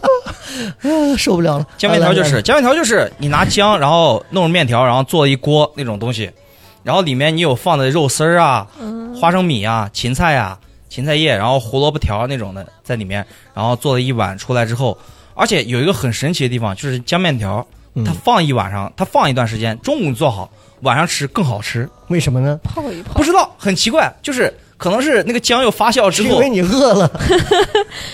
Speaker 3: 受不了了。
Speaker 6: 江面条就
Speaker 3: 啊来
Speaker 6: 是江面条，就是你拿姜，然后弄成面条，然后做一锅那种东西，然后里面你有放的肉丝儿啊、花生米啊、芹菜啊、芹菜叶，然后胡萝卜条那种的在里面，然后做了一碗出来之后，而且有一个很神奇的地方，就是江面条
Speaker 3: 嗯
Speaker 6: 它放一晚上，它放一段时间，中午做好，晚上吃更好吃，
Speaker 3: 为什么呢？
Speaker 5: 泡一泡
Speaker 6: 不，知道很奇怪，就是可能是那个酱油发酵之
Speaker 3: 是因
Speaker 6: 后
Speaker 3: 为，你饿了，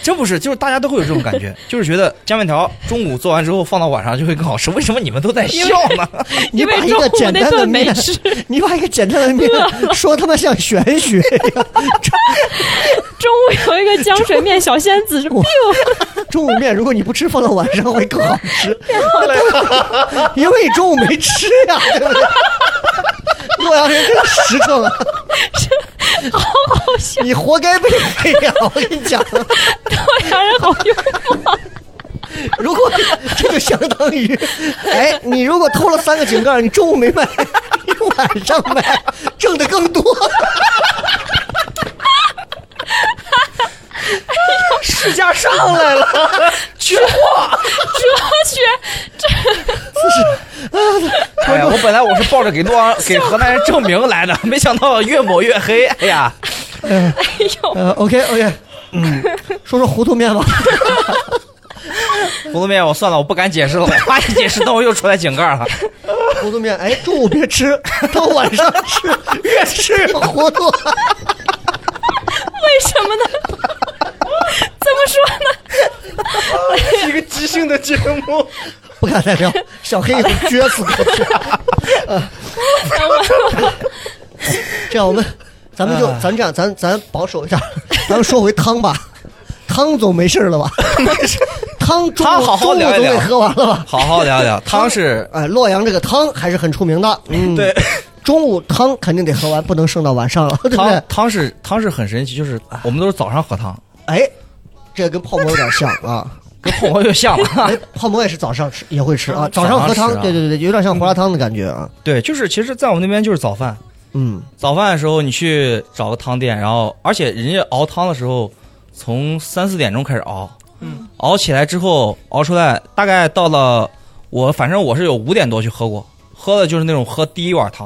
Speaker 6: 真不是，就是大家都会有这种 感觉，就是觉得加面条中午做完之后放到晚上就会更好吃。为什么你们都在笑呢？
Speaker 3: 你
Speaker 5: 因
Speaker 3: 把
Speaker 5: 为
Speaker 3: 一
Speaker 5: 中
Speaker 3: 个
Speaker 5: 午
Speaker 3: 简
Speaker 5: 那
Speaker 3: 单的
Speaker 5: 顿美
Speaker 3: 面，
Speaker 5: 食，
Speaker 3: 你把一个简单的面说他妈像玄学一样，
Speaker 5: 中午有一个江水面小仙子 是 biu，
Speaker 3: 中午面如果你不吃，放到晚上会更好吃。 因为你中午没吃呀、 对不对？洛阳人真实诚啊！
Speaker 5: 好笑，
Speaker 3: 你活该被黑呀！ 我跟你讲，啊
Speaker 5: 洛阳人好幽默。
Speaker 3: 如果这就相当于，哎，你如果偷了三个井盖，你中午没卖，你晚上卖，挣的更多。
Speaker 6: 市价上来了，
Speaker 5: 哲学，
Speaker 6: 哎呀，我本来我是抱着给洛阳 给河南人证明来的， 没想到越抹越黑。哎呀，
Speaker 5: 哎呦，
Speaker 3: 呃，OK OK，嗯，说说糊涂面吧。
Speaker 6: 胡子面我算了，我不敢解释了，我怕一解释，那我又出来井盖了。
Speaker 3: 糊涂面，哎，中午别吃，到晚上吃，越吃越糊涂。
Speaker 5: 为什么 呢？怎么说呢？
Speaker 6: 一个即兴的节目，
Speaker 3: 不敢再 聊，小黑会撅死我去。呃这样我们，咱们就
Speaker 6: 啊
Speaker 3: 咱这样，咱咱保守一下， 咱们说回汤吧。汤总没事了吧？ 汤中
Speaker 6: 汤
Speaker 3: 午
Speaker 6: 好好聊
Speaker 3: 中午总
Speaker 6: 一聊
Speaker 3: 得喝完了吧？
Speaker 6: 好好聊聊。汤是
Speaker 3: 哎，洛阳这个汤还是很出名的。嗯，
Speaker 6: 对，
Speaker 3: 中午汤肯定得喝完，不能剩到晚上了， 对不对
Speaker 6: 汤？汤是汤是很神奇，就是我们都是早上喝汤，
Speaker 3: 哎，这跟泡馍有点像 啊。
Speaker 6: 跟泡馍又像了。
Speaker 3: 哎，泡馍也是早上吃，也会吃啊。早
Speaker 6: 早
Speaker 3: 上
Speaker 6: 上
Speaker 3: 喝
Speaker 6: 吃
Speaker 3: 汤，
Speaker 6: 啊
Speaker 3: 对对对，有点像胡辣汤的感觉啊。
Speaker 6: 对，就是其实，在我们那边就是早饭，
Speaker 3: 嗯，
Speaker 6: 早饭的时候你去找个汤店，然后而且人家熬汤的时候，从三四点钟开始熬，
Speaker 4: 嗯，
Speaker 6: 熬起来之后熬出来，大概到了我反正我是有五点多去喝过，喝的就是那种喝第一碗汤，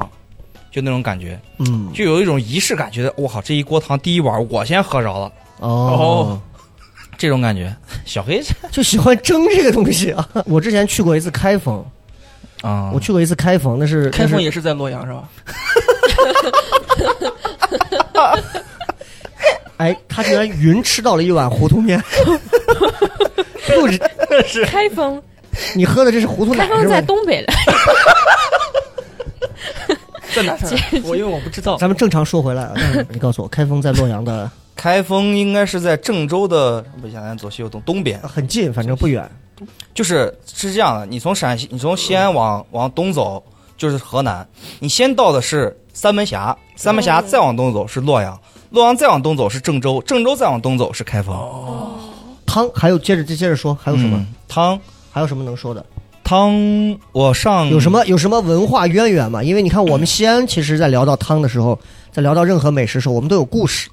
Speaker 6: 就那种感觉，
Speaker 3: 嗯，
Speaker 6: 就有一种仪式感，觉得我靠这一锅汤第一碗我先喝着了，
Speaker 3: 哦
Speaker 4: 哦，
Speaker 6: 这种感觉。小黑这
Speaker 3: 就喜欢蒸这个东西啊。 我之前去过一次开封，
Speaker 6: 啊，
Speaker 3: 我去过一次开封，那是
Speaker 4: 开封
Speaker 3: 那是
Speaker 4: 也是在洛阳是吧？
Speaker 3: 哎，他竟然云吃到了一碗糊涂面，不止
Speaker 5: 开封，
Speaker 3: 你喝的这是糊涂奶
Speaker 5: 开封
Speaker 3: 是
Speaker 5: 在
Speaker 3: 吧？
Speaker 5: 东北了，
Speaker 4: 在 哪儿？我因为我不知道。
Speaker 3: 咱们正常说回来啊，你告诉我，开封在洛阳的
Speaker 6: 开封应该是在郑州的不向南左西右东东边，
Speaker 3: 很近，反正不远。
Speaker 6: 就是是这样的，你从陕西，你从西安往往东走就是河南，你先到的是三门峡，三门峡再往东走是洛阳，洛阳再往东走是郑州，郑州再往东走是开封。
Speaker 3: 哦汤还有接着接着说，还有什么？
Speaker 6: 嗯汤
Speaker 3: 还有什么能说的？
Speaker 6: 汤？我上
Speaker 3: 有什？么有什么文化渊源吗？因为你看，我们西安其实，在聊到汤的时候，在聊到任何美食的时候，我们都有故事，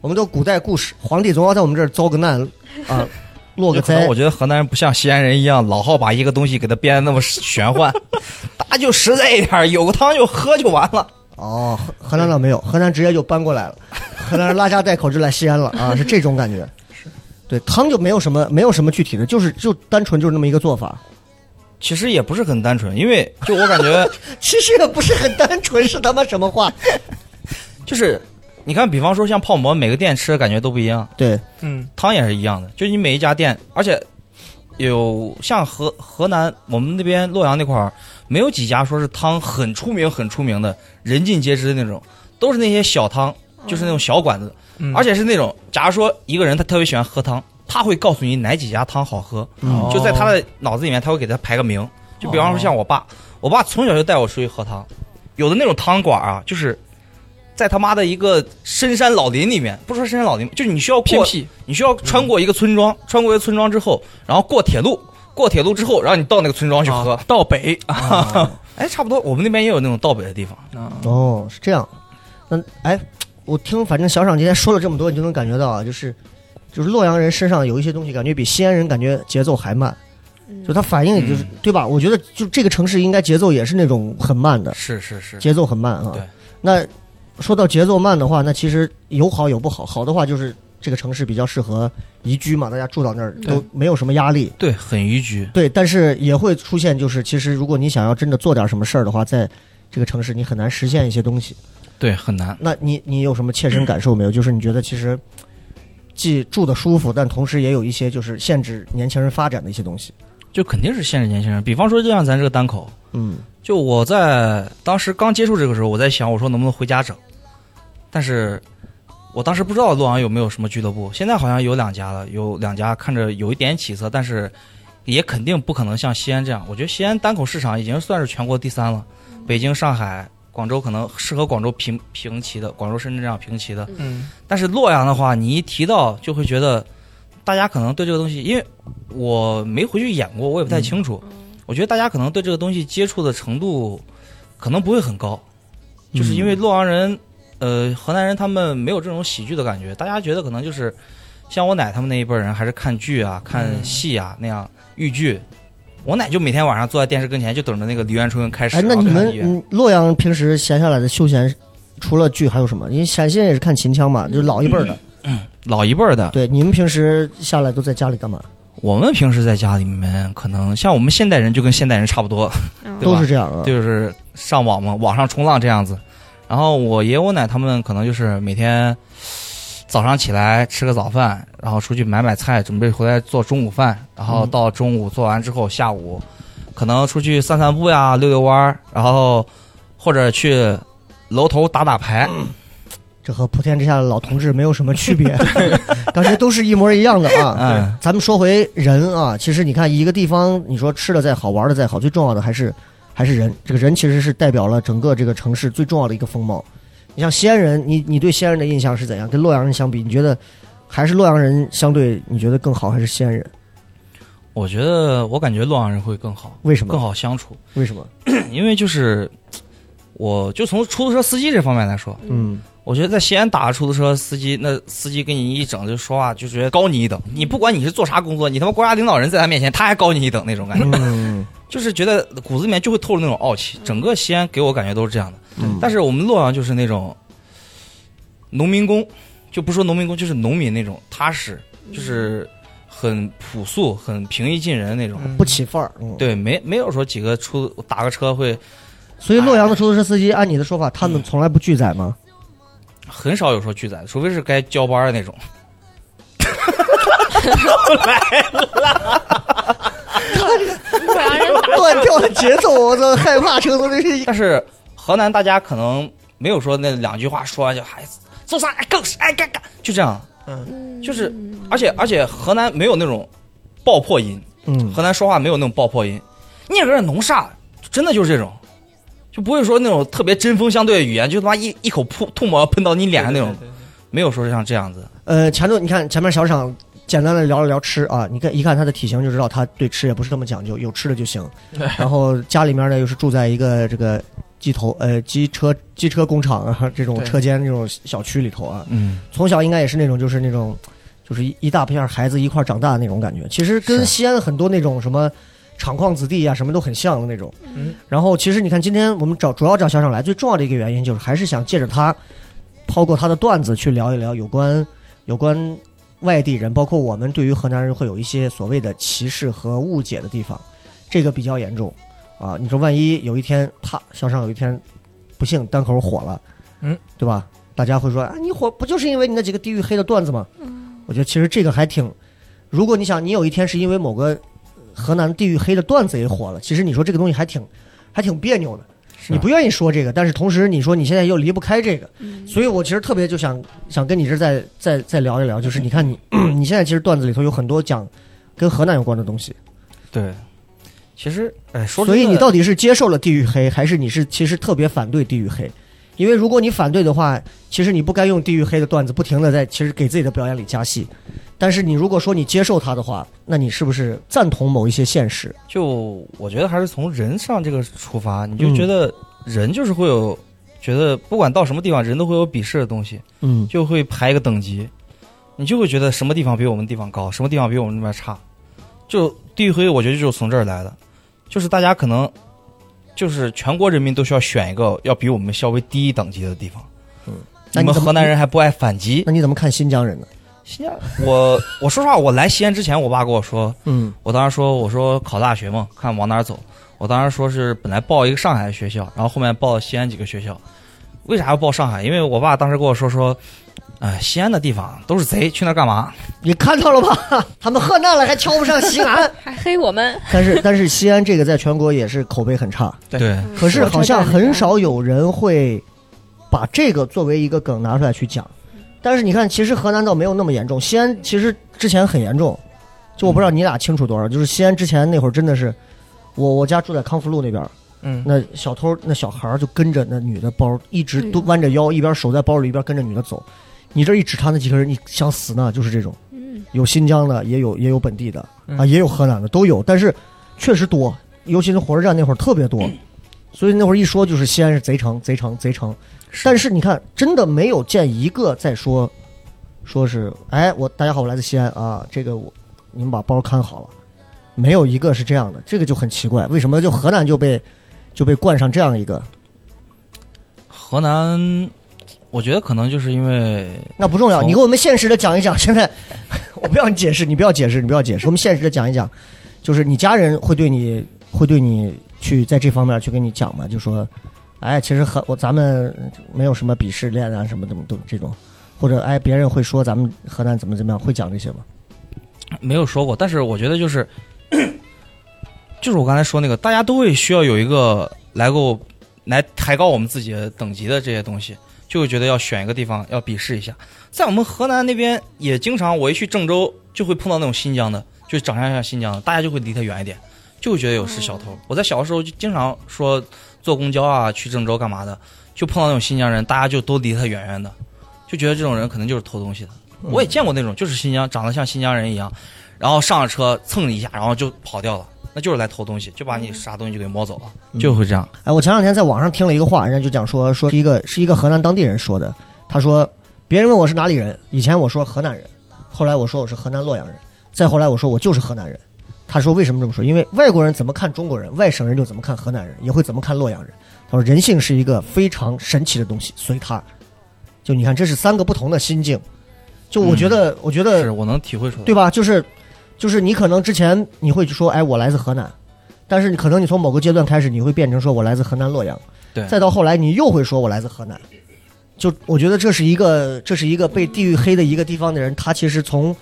Speaker 3: 我们都有古代故事。皇帝总要在我们这儿遭个难啊，落个
Speaker 6: 可能
Speaker 3: 灾
Speaker 6: 我。觉得河南人不像西安人一样，老好把一个东西给它编的那么玄幻， 大家就实在一点，有个汤就喝就完了。
Speaker 3: 哦，河河南倒没有，河南直接就搬过来了，河南人拉家带口就来西安了啊，是这种感觉。 对汤就没有什么没有什么具体的，就是就单纯就是那么一个做法，
Speaker 6: 其实也不是很单纯，因为就我感觉。
Speaker 3: 其实也不是很单纯，是他妈什么话？
Speaker 6: 就是你看，比方说像泡馍，每个店吃的感觉都不一样，
Speaker 3: 对，
Speaker 4: 嗯，
Speaker 6: 汤也是一样的，就是你每一家店，而且有像河河南我们那边洛阳那块儿，没有几家说是汤很出名很出名的，人尽皆知的那种，都是那些小汤，就是那种小馆子，
Speaker 4: 嗯
Speaker 6: 而且是那种，假如说一个人他特别喜欢喝汤，他会告诉你哪几家汤好喝，
Speaker 4: 哦
Speaker 3: 嗯
Speaker 6: 就在他的脑子里面，他会给他排个名。就比方说像我
Speaker 4: 哦
Speaker 6: 爸，我爸从小就带我出去喝汤，有的那种汤馆啊，就是在他妈的一个深山老林里面，不说深山老林，就是你需要
Speaker 4: 偏
Speaker 6: 过，
Speaker 4: 僻，
Speaker 6: 你需要穿过一个村庄，穿过一个村庄之后，然后过铁路，过铁路之后，然后你到那个村庄去喝。
Speaker 4: 啊到北啊
Speaker 6: 哦哎，差不多，我们那边也有那种倒北的地方。
Speaker 3: 哦，是这样。那哎，我听反正小赏今天说了这么多，你就能感觉到啊，就是就是洛阳人身上有一些东西，感觉比西安人感觉节奏还慢，就他反应也就是、对吧？我觉得就这个城市应该节奏也是那种很慢的，
Speaker 6: 是是是，
Speaker 3: 节奏很慢啊。
Speaker 6: 嗯对。
Speaker 3: 那说到节奏慢的话，那其实有好有不好。好的话就是这个城市比较适合宜居嘛，大家住到那儿都没有什么压力。
Speaker 6: 对，很宜居。
Speaker 3: 对，但是也会出现，就是其实如果你想要真的做点什么事儿的话，在这个城市，你很难实现一些东西。
Speaker 6: 对，很难。
Speaker 3: 那你你有什么切身感受没有？就是你觉得其实既住的舒服，但同时也有一些就是限制年轻人发展的一些东西。
Speaker 6: 就肯定是限制年轻人。比方说，就像咱这个单口，
Speaker 3: 嗯，
Speaker 6: 就我在当时刚接触这个时候，我在想，我说能不能回家整？但是我当时不知道洛阳有没有什么俱乐部，现在好像有两家了，有两家看着有一点起色，但是也肯定不可能像西安这样。我觉得西安单口市场已经算是全国第三了，北京、上海、广州可能是和广州平平齐的，广州、深圳这样平齐的。
Speaker 4: 嗯，
Speaker 6: 但是洛阳的话，你一提到就会觉得，大家可能对这个东西，因为我没回去演过，我也不太清楚。我觉得大家可能对这个东西接触的程度，可能不会很高，就是因为洛阳人，呃，河南人他们没有这种喜剧的感觉，大家觉得可能就是像我奶他们那一辈人，还是看剧啊、看戏啊那样豫剧。我奶就每天晚上坐在电视跟前，就等着那个梨园春开始。
Speaker 3: 哎，那
Speaker 6: 然后
Speaker 3: 你
Speaker 6: 看
Speaker 3: 们
Speaker 6: 梨园
Speaker 3: 嗯洛阳平时闲下来的休闲，除了剧还有什么？因为陕西人也是看秦腔
Speaker 6: 嗯
Speaker 3: 嘛，就是老一辈儿的。
Speaker 6: 老一辈儿的，
Speaker 3: 对，你们平时下来都在家里干嘛？
Speaker 6: 我们平时在家里面，可能像我们现代人就跟现代人差不多，
Speaker 5: 嗯
Speaker 6: 对吧
Speaker 3: 都是这样啊。
Speaker 6: 就是上网嘛，网上冲浪这样子。然后我爷我奶他们可能就是每天早上起来吃个早饭，然后出去买买菜，准备回来做中午饭，然后
Speaker 3: 嗯
Speaker 6: 到中午做完之后，下午可能出去散散步呀，遛遛弯儿，然后或者去楼头打打牌。
Speaker 3: 这和普天之下的老同志没有什么区 别，感觉都是一模一样的啊。
Speaker 6: 嗯
Speaker 3: 咱们说回人啊，其实你看一个地方，你说吃的再好，玩的再好，最重要的还是还是人。这个人其实是代表了整个这个城市最重要的一个风貌。你像西安人，你你对西安人的印象是怎样？跟洛阳人相比，你觉得还是洛阳人相对你觉得更好，还是西安人？
Speaker 6: 我觉得我感觉洛阳人会更好，
Speaker 3: 为什么
Speaker 6: 更？好相处，
Speaker 3: 为什么？
Speaker 6: 因为就是我就从出租车司机这方面来说，
Speaker 3: 嗯，
Speaker 6: 我觉得在西安打出租车司机，那司机跟你一整就说话就觉得高你一等，你不管你是做啥工作，你他妈国家领导人在他面前，他还高你一等那种 感觉，
Speaker 3: 嗯，
Speaker 6: 就是觉得骨子里面就会透露那种傲气。整个西安给我感觉都是这样的，
Speaker 3: 嗯
Speaker 6: 但是我们洛阳就是那种农民工，就不说农民工，就是农民那种踏实，就是很朴素、很平易近人那种。
Speaker 3: 不起范儿。嗯，
Speaker 6: 对，没没有说几个出打个车会
Speaker 3: 所以洛阳的出租车司机，按你的说法，他们从来不拒载 吗？
Speaker 6: 很少有说拒载的，除非是该交班儿的那种。
Speaker 5: 洛阳人
Speaker 3: 乱掉的节奏，我操，害怕成都这是一
Speaker 6: 但是河南大家可能没有说那两句话说完就还做啥哎更是哎干干就这样，
Speaker 5: 打
Speaker 6: 就是而且而且河南没有那种爆破音，
Speaker 3: 嗯
Speaker 6: 河南说话没有那种爆破音，你搁这弄啥？真的就是这种，就不会说那种特别针锋相对的语言，就他妈一一口吐吐沫喷到你脸上那种，没有说像这样子。
Speaker 3: 呃，前头你看前面小厂简单的聊了聊吃啊，你看一看他的体型就知道他对吃也不是这么讲究，有吃的就行。然后家里面呢又是住在一个这个机头呃机车机车工厂啊这种
Speaker 4: 对
Speaker 3: 车间这种小区里头啊，
Speaker 6: 嗯，
Speaker 3: 从小应该也是那种就是那种就是一一大片孩子一块儿长大的那种感觉。其实跟
Speaker 6: 是
Speaker 3: 西安很多那种什么厂矿子弟啊什么都很像的那种。
Speaker 4: 嗯
Speaker 3: 然后其实你看今天我们找主要找小厂来，最重要的一个原因就是还是想借着他，抛过他的段子去聊一聊有关有关外地人，包括我们对于河南人会有一些所谓的歧视和误解的地方，这个比较严重。啊，你说万一有一天他小尚有一天不幸单口火了，
Speaker 4: 嗯，
Speaker 3: 对吧？大家会说啊，你火不就是因为你那几个地域黑的段子吗？我觉得其实这个还挺，如果你想你有一天是因为某个呃河南地域黑的段子也火了，其实你说这个东西还挺还挺别扭的，
Speaker 6: 是
Speaker 3: 你不愿意说这个，但是同时你说你现在又离不开这个，所以我其实特别就想想跟你这儿再再再聊一聊，就是你看你 你现在其实段子里头有很多讲跟河南有关的东西，
Speaker 6: 对。其实，哎，说
Speaker 3: 所以
Speaker 6: 真的
Speaker 3: 你到底是接受了地域黑，还是你是其实特别反对地域黑？因为如果你反对的话，其实你不该用地域黑的段子不停的在其实给自己的表演里加戏。但是你如果说你接受它的话，那你是不是赞同某一些现实？
Speaker 6: 就我觉得还是从人上这个出发，你就觉得人就是会有，觉得不管到什么地方，人都会有鄙视的东西，
Speaker 3: 嗯，
Speaker 6: 就会排一个等级，你就会觉得什么地方比我们地方高，什么地方比我们那边差，就地域黑，我觉得就是从这儿来的，就是大家可能就是全国人民都需要选一个要比我们稍微低一等级的地方。
Speaker 3: 那你
Speaker 6: 你们
Speaker 3: 怎么
Speaker 6: 河南人还不爱反击，
Speaker 3: 那你怎么看新疆人呢？
Speaker 6: 新疆，我我说实话，我来西安之前，我爸跟我说，
Speaker 3: 嗯
Speaker 6: 我当时说，我说考大学嘛，看往哪儿走。我当时说是本来报一个上海的学校，然后后面报西安几个学校。为啥要报上海？因为我爸当时跟我说说，哎、西安的地方都是贼，去那儿干嘛？
Speaker 3: 你看到了吧？他们河南了还瞧不上西安，
Speaker 5: 还黑我们，
Speaker 3: 但是但是西安这个在全国也是口碑很差，
Speaker 6: 对，
Speaker 3: 可是好像很
Speaker 5: 火车站里边。
Speaker 3: 少有人会把这个作为一个梗拿出来去讲。
Speaker 5: 嗯
Speaker 3: 但是你看，其实河南倒没有那么严重，西安其实之前很严重，就我不知道你俩清楚多少，就是西安之前那会儿真的是，我我家住在康复路那边，
Speaker 4: 嗯，
Speaker 3: 那小偷那小孩儿就跟着那女的包，一直都弯着腰，一边手在包里，一边跟着女的走。你这一指他那几个人，你想死呢？就是这种，
Speaker 5: 嗯，
Speaker 3: 有新疆的，也有也有本地的啊，
Speaker 4: 嗯
Speaker 3: 也有河南的，都有。但是确实多，尤其是火车站那会儿特别 多，所以那会儿一说就是西安是贼城，贼城，贼城。但是你看，真的没有见一个在说，说是哎，我大家好，我来自西安啊，这个我你们把包看好了，没有一个是这样的，这个就很奇怪，为什么就河南就被就被冠上这样一个？
Speaker 6: 河南，我觉得可能就是因为
Speaker 3: 那不重要，
Speaker 6: 好
Speaker 3: 你给我们现实的讲一讲。现在 我不要你解释，你不要解释，你不要解释，我们现实的讲一讲，就是你家人会对你会对你去在这方面去跟你讲嘛，就说，哎，其实和我咱们没有什么鄙视链啊，什么怎么都这种，或者哎，别人会说咱们河南怎么怎么样，会讲这些吗？
Speaker 6: 没有说过，但是我觉得就是， 就是我刚才说那个，大家都会需要有一个来够来抬高我们自己的等级的这些东西，就会觉得要选一个地方要鄙视一下。在我们河南那边也经常，我一去郑州就会碰到那种新疆的，就长相像新疆的，大家就会离他远一点，就会觉得有是小偷。我在小的时候就经常说坐公交啊去郑州干嘛的，就碰到那种新疆人，大家就都离他远远的，就觉得这种人可能就是偷东西的。我也见过那种，就是新疆长得像新疆人一样，然后上了车蹭你一下，然后就跑掉了，那就是来偷东西，就把你啥东西就给摸走了，就会这样。
Speaker 3: 哎，我前两天在网上听了一个话，人家就讲说，说是一个是一个河南当地人说的，他说别人问我是哪里人，以前我说河南人，后来我说我是河南洛阳人，再后来我说我就是河南人。他说为什么这么说？因为外国人怎么看中国人，外省人就怎么看河南人，也会怎么看洛阳人。他说人性是一个非常神奇的东西，随他。就你看，这是三个不同的心境。就我觉得，我觉得
Speaker 6: 是我能体会出来。
Speaker 3: 呃对吧？就是就是你可能之前你会说，哎，我来自河南，但是你可能你从某个阶段开始，你会变成说我来自河南洛阳，
Speaker 6: 对
Speaker 3: 再到后来你又会说我来自河南。就我觉得这是一个这是一个被地域黑的一个地方的人，他其实从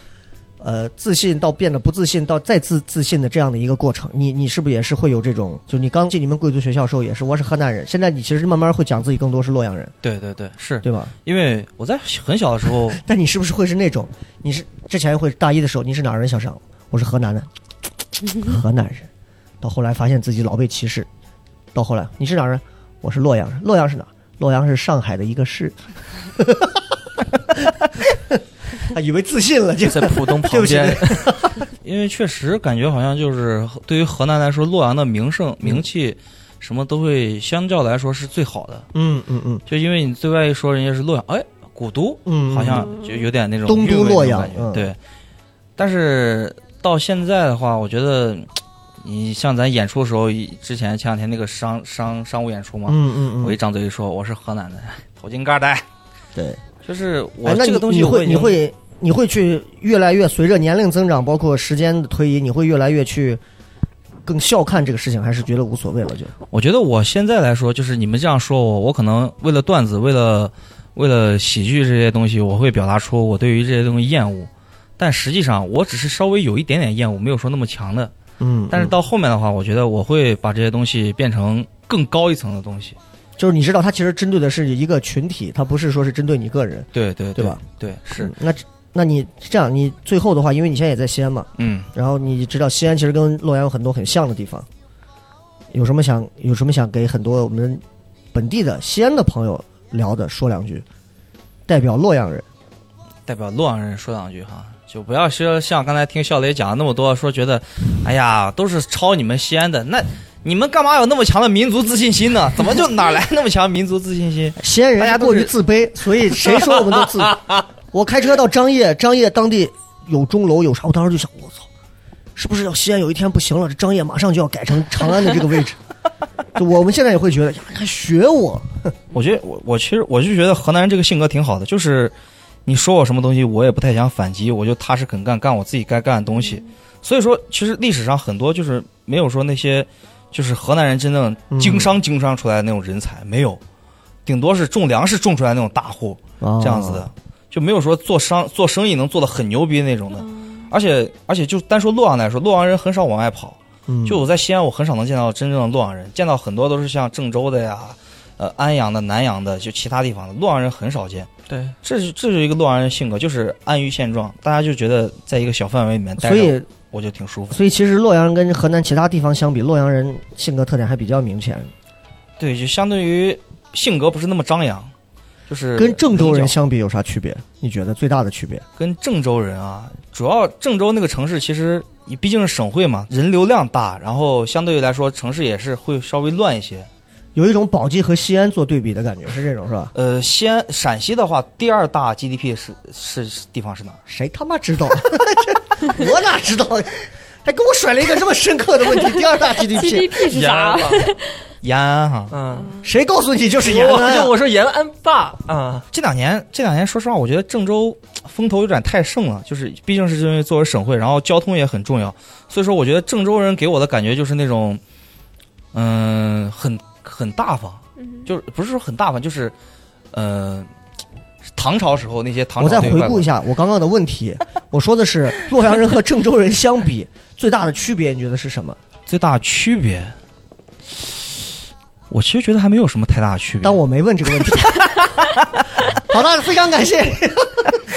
Speaker 3: 呃自信到变得不自信到再自自信的这样的一个过程。你你是不是也是会有这种？就你刚进你们贵族学校的时候也是，我是河南人，现在你其实慢慢会讲自己更多是洛阳人，
Speaker 6: 对对对，是
Speaker 3: 对吧？
Speaker 6: 因为我在很小的 时候，
Speaker 3: 但你是不是会是那种？你是之前会大一的时候你是哪儿人？小尚，我是河南的，河南人。到后来发现自己老被歧视，到后来你是哪儿人？我是洛阳人。洛阳是哪儿？洛阳是上海的一个市。他以为自信了，这
Speaker 4: 在浦东
Speaker 3: 对
Speaker 4: 旁
Speaker 3: 不起
Speaker 4: 边，
Speaker 6: 因为确实感觉好像就是对于河南来说，洛阳的名
Speaker 3: 嗯
Speaker 6: 声名气什么都会相较来说是最好的，
Speaker 3: 嗯嗯嗯
Speaker 6: 就因为你对外一说人家是洛阳，哎，古都，
Speaker 3: 嗯，
Speaker 6: 好像就有点那种
Speaker 3: 东都
Speaker 6: 韵味那种
Speaker 3: 洛阳
Speaker 6: 感觉
Speaker 3: 嗯
Speaker 6: 对，但是到现在的话，我觉得嗯你像咱演出的时候，一之前前两天那个商商商务演出嘛，
Speaker 3: 嗯嗯嗯，
Speaker 6: 我一张嘴一说我是河南的，头巾盖带，
Speaker 3: 对。
Speaker 6: 就是我
Speaker 3: 哎那
Speaker 6: 这个
Speaker 3: 你
Speaker 6: 东西
Speaker 3: 你
Speaker 6: 我
Speaker 3: 会
Speaker 6: 已
Speaker 3: 你
Speaker 6: 经
Speaker 3: 会你会去越来越随着年龄增长，包括时间的推移，你会越来越去更笑看这个事情，还是觉得无所谓了就？
Speaker 6: 我觉得我现在来说，就是你们这样说我，我可能为了段子，为了为了喜剧这些东西，我会表达出我对于这些东西厌恶。但实际上，我只是稍微有一点点厌恶，没有说那么强的。
Speaker 3: 嗯，
Speaker 6: 但是
Speaker 3: 嗯
Speaker 6: 到后面的话，我觉得我会把这些东西变成更高一层的东西。
Speaker 3: 就是你知道，它其实针对的是一个群体，它不是说是针对你个人，
Speaker 6: 对对
Speaker 3: 对吧？
Speaker 6: 对，是
Speaker 3: 嗯。那这那你这样，你最后的话，因为你现在也在西安嘛，
Speaker 6: 嗯，
Speaker 3: 然后你知道西安其实跟洛阳有很多很像的地方，有什么想有什么想给很多我们本地的西安的朋友聊的说两句，代表洛阳人，
Speaker 6: 代表洛阳人说两句哈，就不要说像刚才听笑雷讲的那么多，说觉得，哎呀，都是抄你们西安的，那你们干嘛有那么强的民族自信心呢？怎么就哪来那么强民族自信心？
Speaker 3: 西安
Speaker 6: 大
Speaker 3: 人
Speaker 6: 家都
Speaker 3: 过于
Speaker 6: 是
Speaker 3: 自卑，所以谁说我们都自。 我开车到张掖，张掖当地有钟楼有啥，我当时就想，我操，是不是要西安有一天不行了，这张掖马上就要改成长安的这个位置？就我们现在也会觉得呀，你还学我？
Speaker 6: 我觉得我我其实我就觉得河南人这个性格挺好的，就是你说我什么东西，我也不太想反击，我就踏实肯干，干我自己该干的东西。所以说，其实历史上很多就是没有说那些，就是河南人真正经商经商出来的那种人才，没有，顶多是种粮食种出来的那种大户
Speaker 3: 哦
Speaker 6: 这样子的，就没有说做商做生意能做的很牛逼那种的。而且而且就单说洛阳来说，洛阳人很少往外跑，
Speaker 3: 嗯
Speaker 6: 就我在西安，我很少能见到真正的洛阳人，见到很多都是像郑州的呀、呃安阳的、南阳的，就其他地方的洛阳人很少见。
Speaker 4: 对，
Speaker 6: 这是这是一个洛阳人性格，就是安于现状，大家就觉得在一个小范围里面待
Speaker 3: 所
Speaker 6: 着，
Speaker 3: 以
Speaker 6: 我就挺舒服。
Speaker 3: 所以其实洛阳跟河南其他地方相比，洛阳人性格特点还比较明显，
Speaker 6: 对，就相对于性格不是那么张扬，就是
Speaker 3: 跟郑州人
Speaker 6: 棱角
Speaker 3: 相比有啥区别？你觉得最大的区别？
Speaker 6: 跟郑州人啊，主要郑州那个城市其实你毕竟是省会嘛，人流量大，然后相对于来说城市也是会稍微乱一些。
Speaker 3: 有一种宝鸡和西安做对比的感觉，是这种是吧？
Speaker 6: 呃，西安陕西的话，第二大 GDP 是是是地方是哪儿？
Speaker 3: 谁他妈知道？ 这我哪知道？还给我甩了一个这么深刻的问 题。第二大 GDP，
Speaker 5: GDP 是啥？
Speaker 6: 延安哈、
Speaker 4: 嗯，
Speaker 3: 谁告诉你 就是延
Speaker 4: 我
Speaker 3: 安
Speaker 4: 就
Speaker 3: 啊？
Speaker 4: 我说延安吧，啊，
Speaker 6: 这两年这两年，说实话，我觉得郑州呃风头有点太盛了，就是毕竟是因为作为省会，然后交通也很重要，所以说我觉得郑州人给我的感觉就是那种，嗯、很很大方，就是不是说很大方，就是，嗯、唐朝时候那些唐
Speaker 3: 我
Speaker 6: 朝
Speaker 3: 再
Speaker 6: 对
Speaker 3: 回
Speaker 6: 外
Speaker 3: 顾
Speaker 6: 国
Speaker 3: 一下我刚刚的问题，我说的是洛阳人和郑州人相比最大的区别，你觉得是什么？
Speaker 6: 最大区别，我其实觉得还没有什么太大的区别。
Speaker 3: 但我没问这个问题。好的，非常感谢，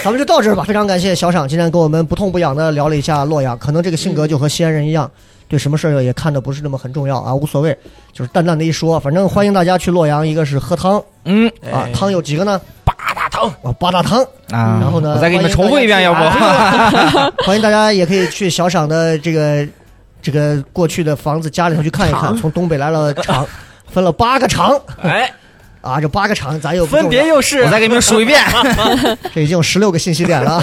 Speaker 3: 咱们就到这儿吧。非常感谢小赏今天跟我们不痛不痒的聊了一下洛阳，可能这个性格就和西安人一样，对什么事儿也看的不是那么很重要啊，无所谓，就是淡淡的一说。反正欢迎大家去洛阳，一个是喝汤
Speaker 6: 嗯
Speaker 3: 啊
Speaker 4: 哎，
Speaker 3: 汤有几个呢？
Speaker 4: 八大堂，
Speaker 3: 啊，八大汤。
Speaker 6: 啊，
Speaker 3: 然后呢
Speaker 6: 我再给你们重复一遍，要
Speaker 3: 啊
Speaker 6: 不？
Speaker 3: 欢迎大家也可以去小赏的这个这个过去的房子家里头去看一看。从东北来了 厂，分了八个厂
Speaker 4: 哎，
Speaker 3: 啊，这八个厂咱又不
Speaker 4: 分
Speaker 3: 重
Speaker 4: 别
Speaker 3: 要
Speaker 4: 又是
Speaker 6: 我再给你们数一遍。
Speaker 3: 这已经有十六个信息点 了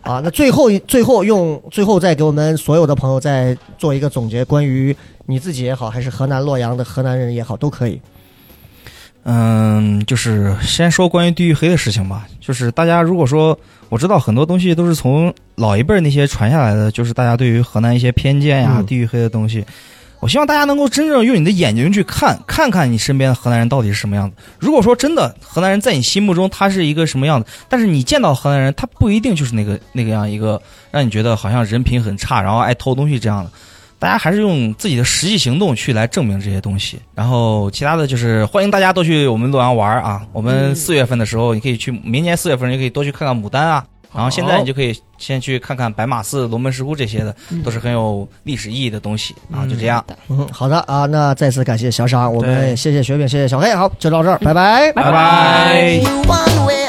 Speaker 3: 啊！那最后最后用最后再给我们所有的朋友再做一个总结，关于你自己也好，还是河南洛阳的河南人也好，都可以。
Speaker 6: 嗯，就是先说关于地域黑的事情吧。就是大家如果说，我知道很多东西都是从老一辈儿那些传下来的，就是大家对于河南一些偏见呀、
Speaker 3: 嗯
Speaker 6: 地域黑的东西。我希望大家能够真正用你的眼睛去看，看看你身边的河南人到底是什么样子。如果说真的河南人在你心目中他是一个什么样子，但是你见到河南人，他不一定就是那个那个样一个让你觉得好像人品很差，然后爱偷东西这样的。大家还是用自己的实际行动去来证明这些东西。然后其他的就是欢迎大家都去我们洛阳玩儿啊！我们四月份的时候，你可以去，明年四月份你可以多去看看牡丹啊。然后现在
Speaker 4: 好
Speaker 6: 你就可以先去看看白马寺、龙门石窟这些的，都是很有历史意义的东西啊！就这样，
Speaker 3: 嗯，好的啊，那再次感谢小赏，我们也谢谢雪饼，谢谢小黑，好，就到这儿，拜拜。
Speaker 5: 拜
Speaker 6: 拜拜
Speaker 2: One way